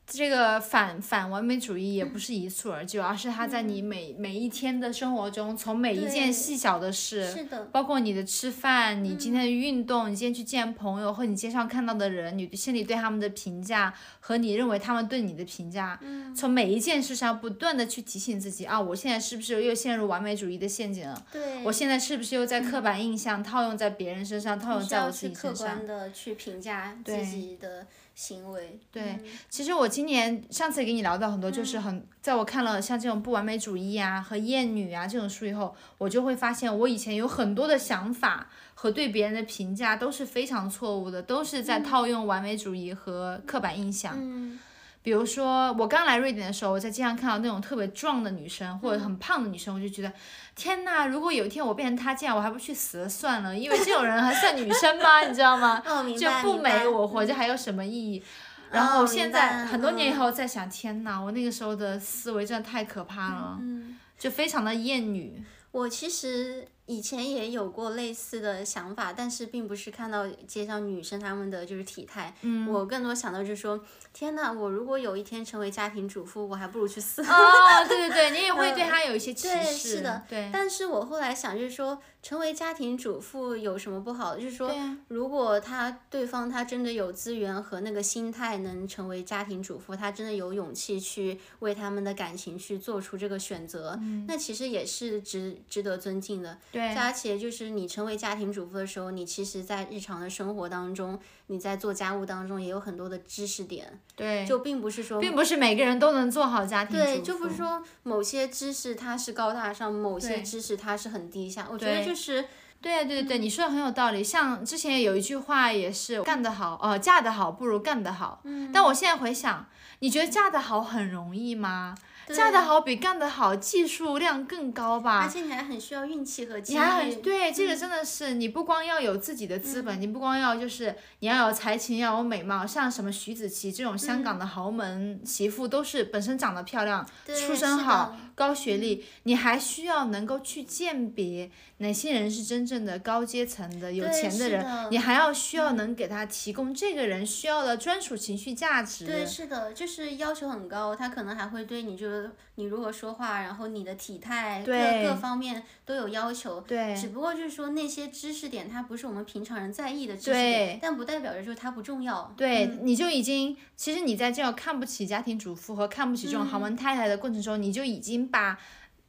S1: 这个反反完美主义也不是一蹴而就，而是它在你每每一天的生活中，从每一件
S2: 对
S1: 细小的事，
S2: 是的，嗯
S1: 包括你的吃饭，你今天的运动，你今天去见朋友和你街上看到的人，你心里对他们的评价和你认为他们对你的评价，
S2: 嗯
S1: 从每一件事上不断的去提醒自己啊，我现在是不是又陷入完美主义的陷阱了？
S2: 对，嗯
S1: 我现在是不是又在刻板印象套用在别人身上，套
S2: 你
S1: 用
S2: 需
S1: 在
S2: 要
S1: 我自
S2: 去
S1: 己
S2: 客
S1: 身上
S2: 观？的去评价自
S1: 对
S2: 己的行为。
S1: 对
S2: 嗯
S1: 其实我今年上次也给你聊到很多，就是很、在我看了像这种不完美主义啊和厌女啊这种书以后，我就会发现我以前有很多的想法和对别人的评价都是非常错误的，都是在套用完美主义和刻板印象。
S2: 嗯，
S1: 比如说，我刚来瑞典的时候，我在街上看到那种特别壮的女生
S2: 嗯
S1: 或者很胖的女生，我就觉得，天呐，如果有一天我变成她这样，我还不去死了算了，因为这种人还算女生吗？你知道吗？
S2: 哦， 明
S1: 啊就
S2: 白，
S1: 不
S2: 明白嗯
S1: 美，我活着还有什么意义？然
S2: 哦
S1: 后
S2: 明
S1: 现
S2: 白
S1: 在
S2: 了
S1: 很多年以
S2: 嗯
S1: 后再想，天哪，我那个时候的思维真的太可怕了，
S2: 嗯，
S1: 就非常的厌 女。
S2: 我其实以前也有过类似的想法，但是并不是看到街上女生她们的就是体态，嗯，我更多想到就是说，天呐，我如果有一天成为家庭主妇，我还不如去死。
S1: 哦，对对对，你也会对她有一些歧
S2: 嗯对，
S1: 视，
S2: 是的，
S1: 对
S2: 但是我后来想，就是说，成为家庭主妇有什么不好？就是说
S1: 对啊，
S2: 如果他对方他真的有资源和那个心态，能成为家庭主妇，他真的有勇气去为他们的感情去做出这个选择，那其实也是值值得尊敬的。
S1: 嗯对
S2: 而且就是你成为家庭主妇的时候，你其实在日常的生活当中，你在做家务当中也有很多的知识点，
S1: 对，
S2: 就并不是说
S1: 并不是每个人都能做好家庭
S2: 对，
S1: 主
S2: 就不是
S1: 妇
S2: 说某些知识它是高大上，某些
S1: 对
S2: 知识它是很低下。我觉得
S1: 对
S2: 就是
S1: 对对
S2: 嗯
S1: 对，你说的很有道理。像之前有一句话也是，干得好，呃，
S2: 嗯
S1: 嫁得好不如干得好。但我现在回想，你觉得嫁得好很容易吗？嫁得好比干得好技术量更高吧。
S2: 而且你还很需要运气和
S1: 你
S2: 经
S1: 还
S2: 历嗯
S1: 很。对，这个真的是你不光要有自己的资本，你不光要就是你要有才情，要有美貌，像什么徐子淇这种香
S2: 嗯
S1: 港的豪门媳妇，都是本身长得漂亮、
S2: 对
S1: 出身
S2: 是
S1: 好
S2: 的、
S1: 高学
S2: 嗯
S1: 历，你还需要能够去鉴别哪些人是真正的高阶层的、有
S2: 对
S1: 钱
S2: 是
S1: 人，
S2: 的嗯
S1: 你还要需要能给他提供这个人需要的专属情绪价值。
S2: 对，是的，就是要求很高，他可能还会对你就是你如何说话，然后你的体态各
S1: 对
S2: 各方面都有要求。
S1: 对
S2: 只不过就是说那些知识点，它不是我们平常人在意的知识
S1: 对
S2: 点，但不代表着就是它不重要。
S1: 对，你就已经，其实你在这种看不起家庭主妇和看不起
S2: 嗯
S1: 这种豪门太太的过程中，你就已经把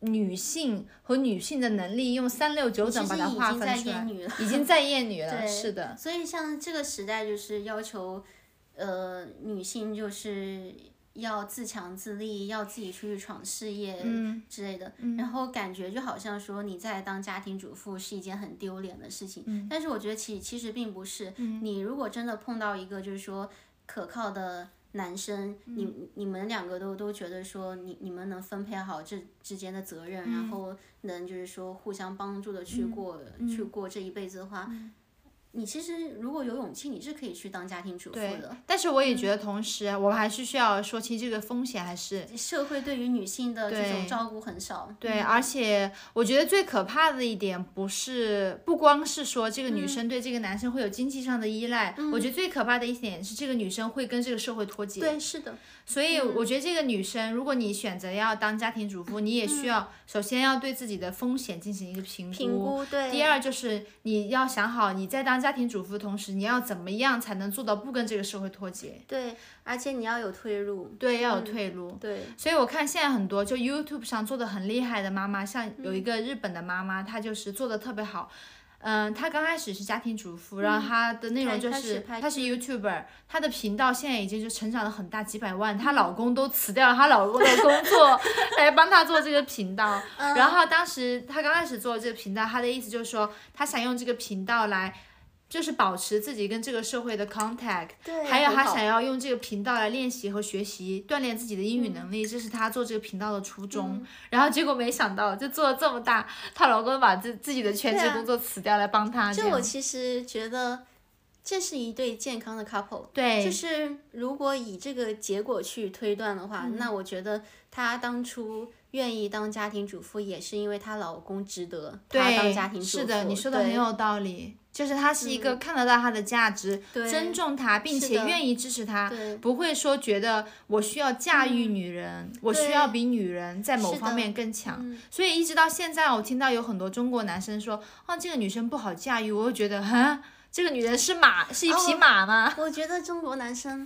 S1: 女性和女性的能力用三六九等
S2: 其
S1: 把
S2: 实
S1: 它
S2: 已
S1: 划
S2: 经
S1: 分
S2: 在
S1: 出来
S2: 厌女了，
S1: 已经在厌 女了。
S2: 对
S1: 是的，
S2: 所以像这个时代，就是要求，呃，女性就是要自强自立，要自己出去闯事业之类的。然后感觉就好像说你在当家庭主妇是一件很丢脸的事情，但是我觉得其其实并不是。你如果真的碰到一个就是说可靠的。男生，
S1: 嗯
S2: 你你们两个都都觉得说你你们能分配好这之间的责
S1: 嗯
S2: 任，然后能就是说互相帮助的去过、
S1: 嗯
S2: 去过这一辈子的话，你其实如果有勇气，你是可以去当家庭主妇
S1: 对
S2: 的。。嗯
S1: 但是我也觉得，同时我们还是需要说清这个风险还是
S2: 社会对于女性的这
S1: 对
S2: 种照顾很少。
S1: 对，而且我觉得最可怕的一点不是不光是说这个
S2: 嗯
S1: 女生对这个男生会有经济上的依赖，我觉得最可怕的一点是这个女生会跟这个社会脱节。
S2: 对，是的，
S1: 所以
S2: 嗯
S1: 我觉得这个女生，如果你选择要当家庭主妇，你也需要首先要对自己的风险进行一个评估。
S2: 嗯评估对。
S1: 第二就是你要想好，你在当家庭主妇的同时，你要怎么样才能做到不跟这个社会脱节？
S2: 对，而且你要有退路。
S1: 对，要有退路。
S2: 对，
S1: 所以我看现在很多就 YouTube 上做的很厉害的妈妈，像有一
S2: 嗯
S1: 个日本的妈妈，她就是做的特别好。嗯，她刚开始是家庭主妇，然后她的内容
S2: 嗯她
S1: 就
S2: 开始
S1: 是
S2: 拍
S1: 她是 YouTuber，她的频道现在已经就成长了很大，几百
S2: 嗯
S1: 万。她老公都辞掉了她老公的工 作来帮她做这个频道。
S2: 嗯
S1: 然后当时她刚开始做这个频道，她的意思就是说，她想用这个频道来。就是保持自己跟这个社会的 contact，
S2: 对
S1: 还有
S2: 很
S1: 她
S2: 好
S1: 想要用这个频道来练习和学习，锻炼自己的英
S2: 嗯
S1: 语能力，这是她做这个频道的初衷。 然后结果没想到，就做了这么大，她老公把自自己的全职
S2: 对啊
S1: 工作辞掉来帮她，
S2: 这
S1: 样
S2: 我其实觉得，这是一对健康的 couple。
S1: 对，
S2: 就是如果以这个结果去推断的话，
S1: 嗯
S2: 那我觉得她当初愿意当家庭主妇，也是因为她老公值得她
S1: 对
S2: 当家庭主妇。
S1: 哎是的，你说的
S2: 对嗯
S1: 很有道理。就是她是一个看得到她的价值，
S2: 对
S1: 尊重她，并
S2: 是
S1: 且
S2: 的
S1: 愿意支持她
S2: 对，嗯
S1: 不会说觉得我需要驾驭女人，我需
S2: 对
S1: 要比女人在某
S2: 是
S1: 方
S2: 的嗯
S1: 面更强。所以一直到现在，我听到有很多中国男生说啊，这个女生不好驾驭，我会觉得哈，这个女人是马，是一匹
S2: 哦
S1: 马吗？
S2: 我觉得中国男生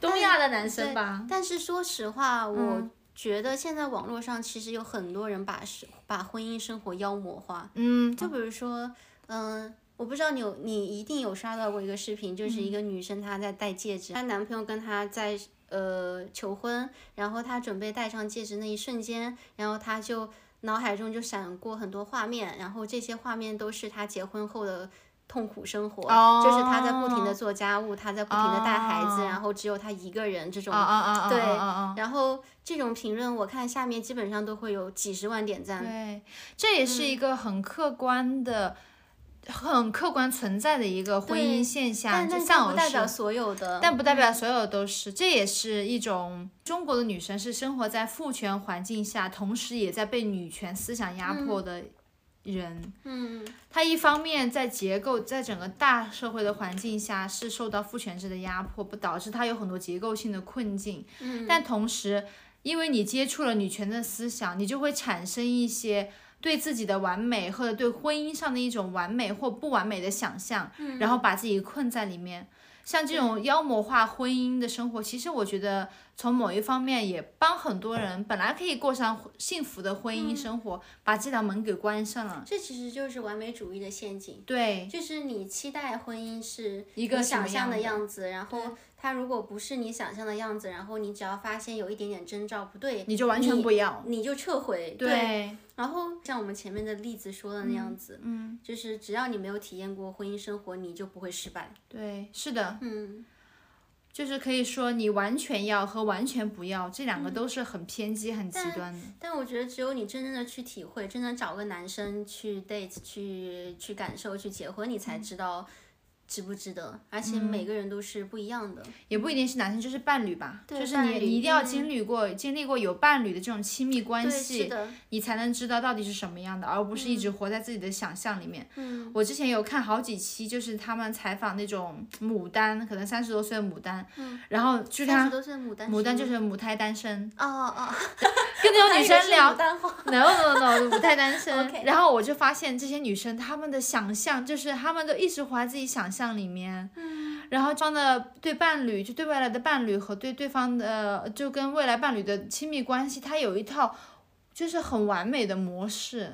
S1: 东亚的男生
S2: 对
S1: 吧，
S2: 但是说实话，我
S1: 嗯
S2: 觉得现在网络上其实有很多人把是把婚姻生活妖魔化，
S1: 嗯，
S2: 就比如说，嗯、我不知道你有，你一定有刷到过一个视频，就是
S1: 嗯
S2: 一个女生她在戴戒指，她男朋友跟她在呃求婚，然后她准备戴上戒指那一瞬间，然后她就脑海中就闪过很多画面，然后这些画面都是她结婚后的。痛苦生活
S1: 哦
S2: 就是她在不停的做家务，她在不停的带孩子
S1: 哦
S2: 然后只有她一个人这种
S1: 啊啊啊啊，
S2: 对
S1: 啊啊啊
S2: 然后这种评论，我看下面基本上都会有几十万点赞。
S1: 对，这也是一
S2: 嗯
S1: 个很客观的、很客观存在的一个婚姻
S2: 对
S1: 现象，
S2: 但
S1: 就
S2: 但
S1: 丧
S2: 它
S1: 偶
S2: 不代表嗯
S1: 式。
S2: 所有的，
S1: 但不代表所有都是，这也是一种中国的女生是生活在父权环境下，同时也在被女权思想压迫的人。
S2: 嗯，
S1: 她一方面在结构，在整个大社会的环境下是受到父权制的压迫，不导致她有很多结构性的困境。嗯，但同时，因为你接触了女权的思想，你就会产生一些对自己的完美或者对婚姻上的一种完美或不完美的想象，然后把自己困在里面。像这种妖魔化婚姻的生活，其实我觉得从某一方面也帮很多人本来可以过上幸福的婚姻生活，把这道门给关上了。
S2: 这其实就是完美主义的陷阱。
S1: 对，
S2: 就是你期待婚姻是
S1: 一个
S2: 你
S1: 什么
S2: 想象的
S1: 样
S2: 样子，然后它如果不是你想象的样子，然后你只要发现有一点点征兆不对，
S1: 你就完全不要。
S2: 你就撤回。
S1: 对
S2: 然后像我们前面的例子说的那样子，嗯，就是只要你没有体验过婚姻生活，你就不会失败。
S1: 对，是的，
S2: 嗯，
S1: 就是可以说你完全要和完全不要这两个都是很偏激、很极
S2: 但
S1: 端的。
S2: 但我觉得只有你真正的去体会，真的找个男生去 date，去去感受，去结婚，你才
S1: 嗯
S2: 知道值不值得。而且每个人都是不一样的。
S1: 也不一定是男生，就是伴侣吧，
S2: 对
S1: 就是
S2: 伴
S1: 你
S2: 侣
S1: 你一定要
S2: 嗯
S1: 经历过、经历过有伴侣的这种亲密关
S2: 对，
S1: 系，
S2: 是的，
S1: 你才能知道到底是什么样的，而不是一直活在自己的想象里面。
S2: 嗯，
S1: 我之前有看好几期，就是他们采访那种牡丹，可能三十多岁的牡丹，然后去
S2: 三
S1: 看
S2: 十多岁的嗯牡丹，
S1: 牡丹就是母胎单 身，
S2: 哦哦，
S1: 跟那种女生聊
S2: 牡丹花，
S1: no no no，母胎单身。
S2: OK
S1: 然后我就发现这些女生，她们的想象就是她们都一直活在自己想象里面，嗯，然后装的对伴侣，就对未来的伴侣和对对方的，呃就跟未来伴侣的亲密关系，她有一套就是很完美的模式。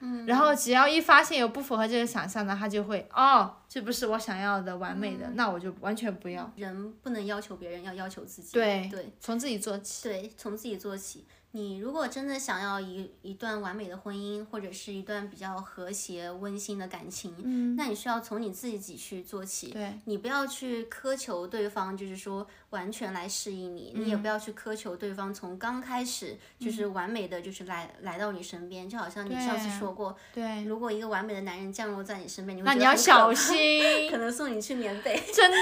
S1: 嗯，然后只要一发现有不符合这个想象的，她就会哦，这不是我想要的完美
S2: 嗯
S1: 的，那我就完全嗯不要。
S2: 人不能要求别人，要要求自己。
S1: 对
S2: 对，
S1: 从自己做起。
S2: 对，从自己做起。你如果真的想要一一段完美的婚姻，或者是一段比较和谐温馨的感情，
S1: 嗯，
S2: 那你需要从你自己去做起。
S1: 对，
S2: 你不要去苛求对方，就是说完全来适应你，
S1: 嗯
S2: 你也不要去苛求对方从刚开始就是完美的，就是来、来到你身边。就好像你上次
S1: 对
S2: 说过，
S1: 对，
S2: 如果一个完美的男人降落在你身边，你会
S1: 那
S2: 觉
S1: 你
S2: 得
S1: 要
S2: 很可
S1: 小
S2: 怕，
S1: 心。
S2: 可能送你去棉被。
S1: 真的，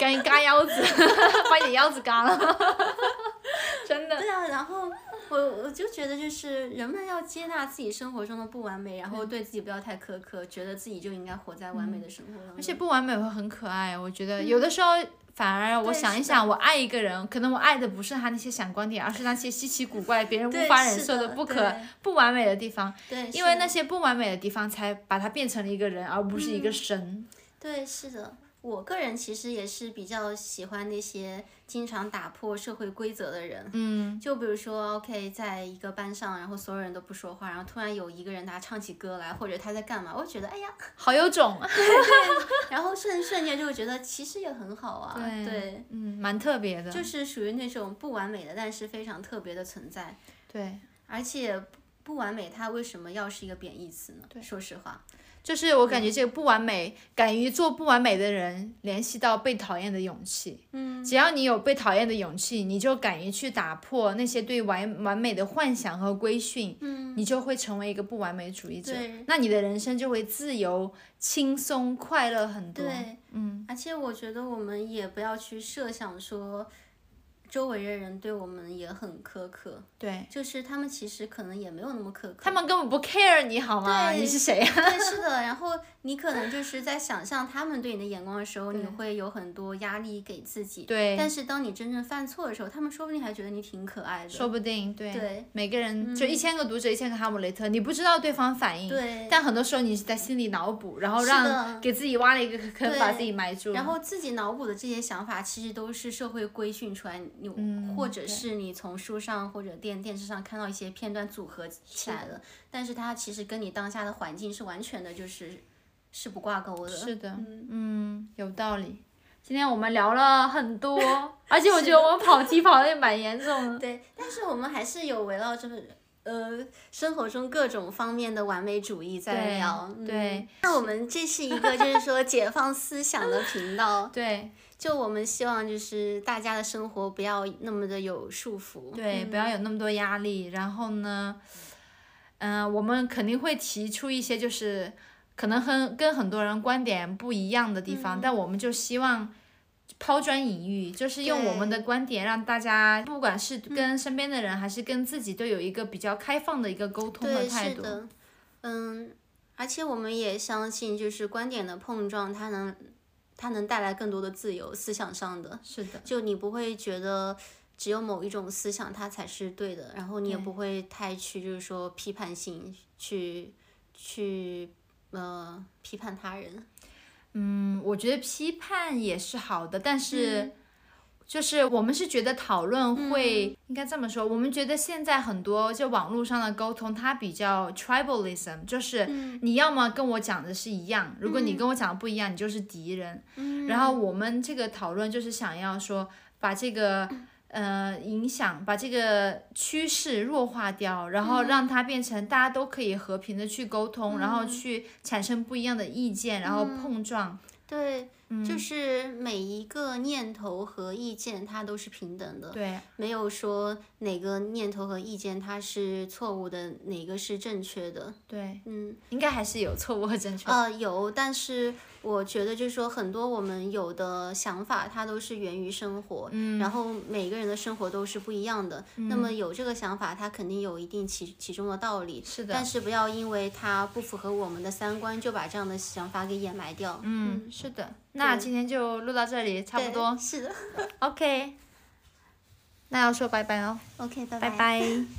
S1: 赶紧嘎腰子， 把你的腰子嘎了，真的。
S2: 对啊，然后我我就觉得就是人们要接纳自己生活中的不完美，然后对自己不要太苛刻，觉得自己就应该活在完美的生活当中。
S1: 而且不完美会很可爱，我觉得有的时候反而我
S2: 嗯对
S1: 想一
S2: 是
S1: 想，我爱一个人，可能我爱的不是他那些闪光点，而是那些稀奇古怪、别人
S2: 对
S1: 无法
S2: 是
S1: 忍受
S2: 的
S1: 不可
S2: 对
S1: 不完美的地方，
S2: 对，
S1: 因
S2: 是
S1: 为
S2: 的
S1: 那些不完美的地方才把他变成了一个人，而不是一
S2: 嗯
S1: 个神。
S2: 对，是的，我个人其实也是比较喜欢那些经常打破社会规则的人。
S1: 嗯，
S2: 就比如说，OK，在一个班上，然后所有人都不说话，然后突然有一个人他唱起歌来，或者他在干嘛，我觉得哎呀，
S1: 好有种，啊
S2: 然后瞬瞬间就会觉得其实也很好啊，对，
S1: 嗯，蛮特别的，
S2: 就是属于那种不完美的，但是非常特别的存在。
S1: 对。
S2: 而且不不完美，它为什么要是一个贬义词呢？说实话，
S1: 就是我
S2: 嗯
S1: 感觉这个不完美，敢于做不完美的人，联系到被讨厌的勇气。嗯，只要你有被讨厌的勇气，你就敢于去打破那些对完完美的幻想和规训。嗯，你就会成为一个不完美主义者
S2: 对。
S1: 那你的人生就会自由、轻松、快乐很多。
S2: 对，嗯，而且我觉得我们也不要去设想说，周围的人对我们也很苛刻，
S1: 对，
S2: 就是他们其实可能也没有那么苛刻，
S1: 他们根本不 care 你好吗？
S2: 对
S1: 你是谁呀、
S2: 对，是的。然后你可能就是在想象他们对你的眼光的时候，你会有很多压力给自己。
S1: 对
S2: 但是当你真正犯错的时候，他们说不定还觉得你挺可爱的。
S1: 说不定对。
S2: 对嗯
S1: 每个人就一千个读者，一千个哈姆雷特，你不知道对方反应，
S2: 对
S1: 但很多时候你是在心里脑补，然后
S2: 是
S1: 让
S2: 的
S1: 给自己挖了一个坑，
S2: 对
S1: 把自己埋住了。
S2: 然后自己脑补的这些想法，其实都是社会规训出来，你、
S1: 嗯
S2: 或者是你从书上或者电电视上看到一些片段组合起来的，但是它其实跟你当下的环境是完全的，就是是不挂钩的。
S1: 是的，嗯，有道理。今天我们聊了很 多，而且我觉得我们跑题跑的也蛮严重的。
S2: 对，但是我们还是有围绕这个呃生活中各种方面的完美主义在
S1: 对
S2: 聊。
S1: 对，
S2: 嗯，那我们这是一个就是说解放思想的频道
S1: 对
S2: 就我们希望就是大家的生活不要那么的有束缚。
S1: 对，不要有那么多压力。然后呢，嗯、我们肯定会提出一些就是可能很跟很多人观点不一样的地方，
S2: 嗯
S1: 但我们就希望。抛砖引玉，就是用我们的观点让大家，不管是
S2: 嗯
S1: 跟身边的人、还是跟自己，都有一个比较开放的一个沟通
S2: 对，
S1: 态
S2: 是
S1: 度。
S2: 的，嗯，而且我们也相信，就是观点的碰撞，它能它能带来更多的自由，思想上的，
S1: 是的，
S2: 就你不会觉得只有某一种思想它才是对的，然后你也
S1: 对
S2: 不会太去就是说批判性去去呃批判他人，
S1: 嗯，我觉得批判也是好的，但是、就是我们是觉得讨论会、应该这么说，我们觉得现在很多就网络上的沟通，它比较 tribalism，就是你要么跟我讲的是一样，如果你跟我讲的不一样，你就是敌人。然后我们这个讨论就是想要说把这个。呃，影响把这个趋势弱化掉，然后让它变成大家都可以和平的去沟通，然后去产生不一样的意见，然后碰撞。
S2: 对。
S1: 嗯
S2: 就是每一个念头和意见它都是平等的，
S1: 对，
S2: 没有说哪个念头和意见它是错误的，哪个是正确的。
S1: 对，
S2: 嗯，
S1: 应该还是有错误和正确。
S2: 呃，有，但是我觉得就是说，很多我们有的想法，它都是源于生活，嗯，然后每个人的生活都是不一样的。那么
S1: 嗯
S2: 有这个想法，它肯定有一定其其中的道理，
S1: 是的
S2: 但是不要因为它不符合我们的三观，就把这样的想法给掩埋掉。嗯，
S1: 嗯，是的。那今天就录到这里，差不 多。
S2: 是的。
S1: OK，那要说拜拜喽，
S2: OK，拜
S1: 拜拜。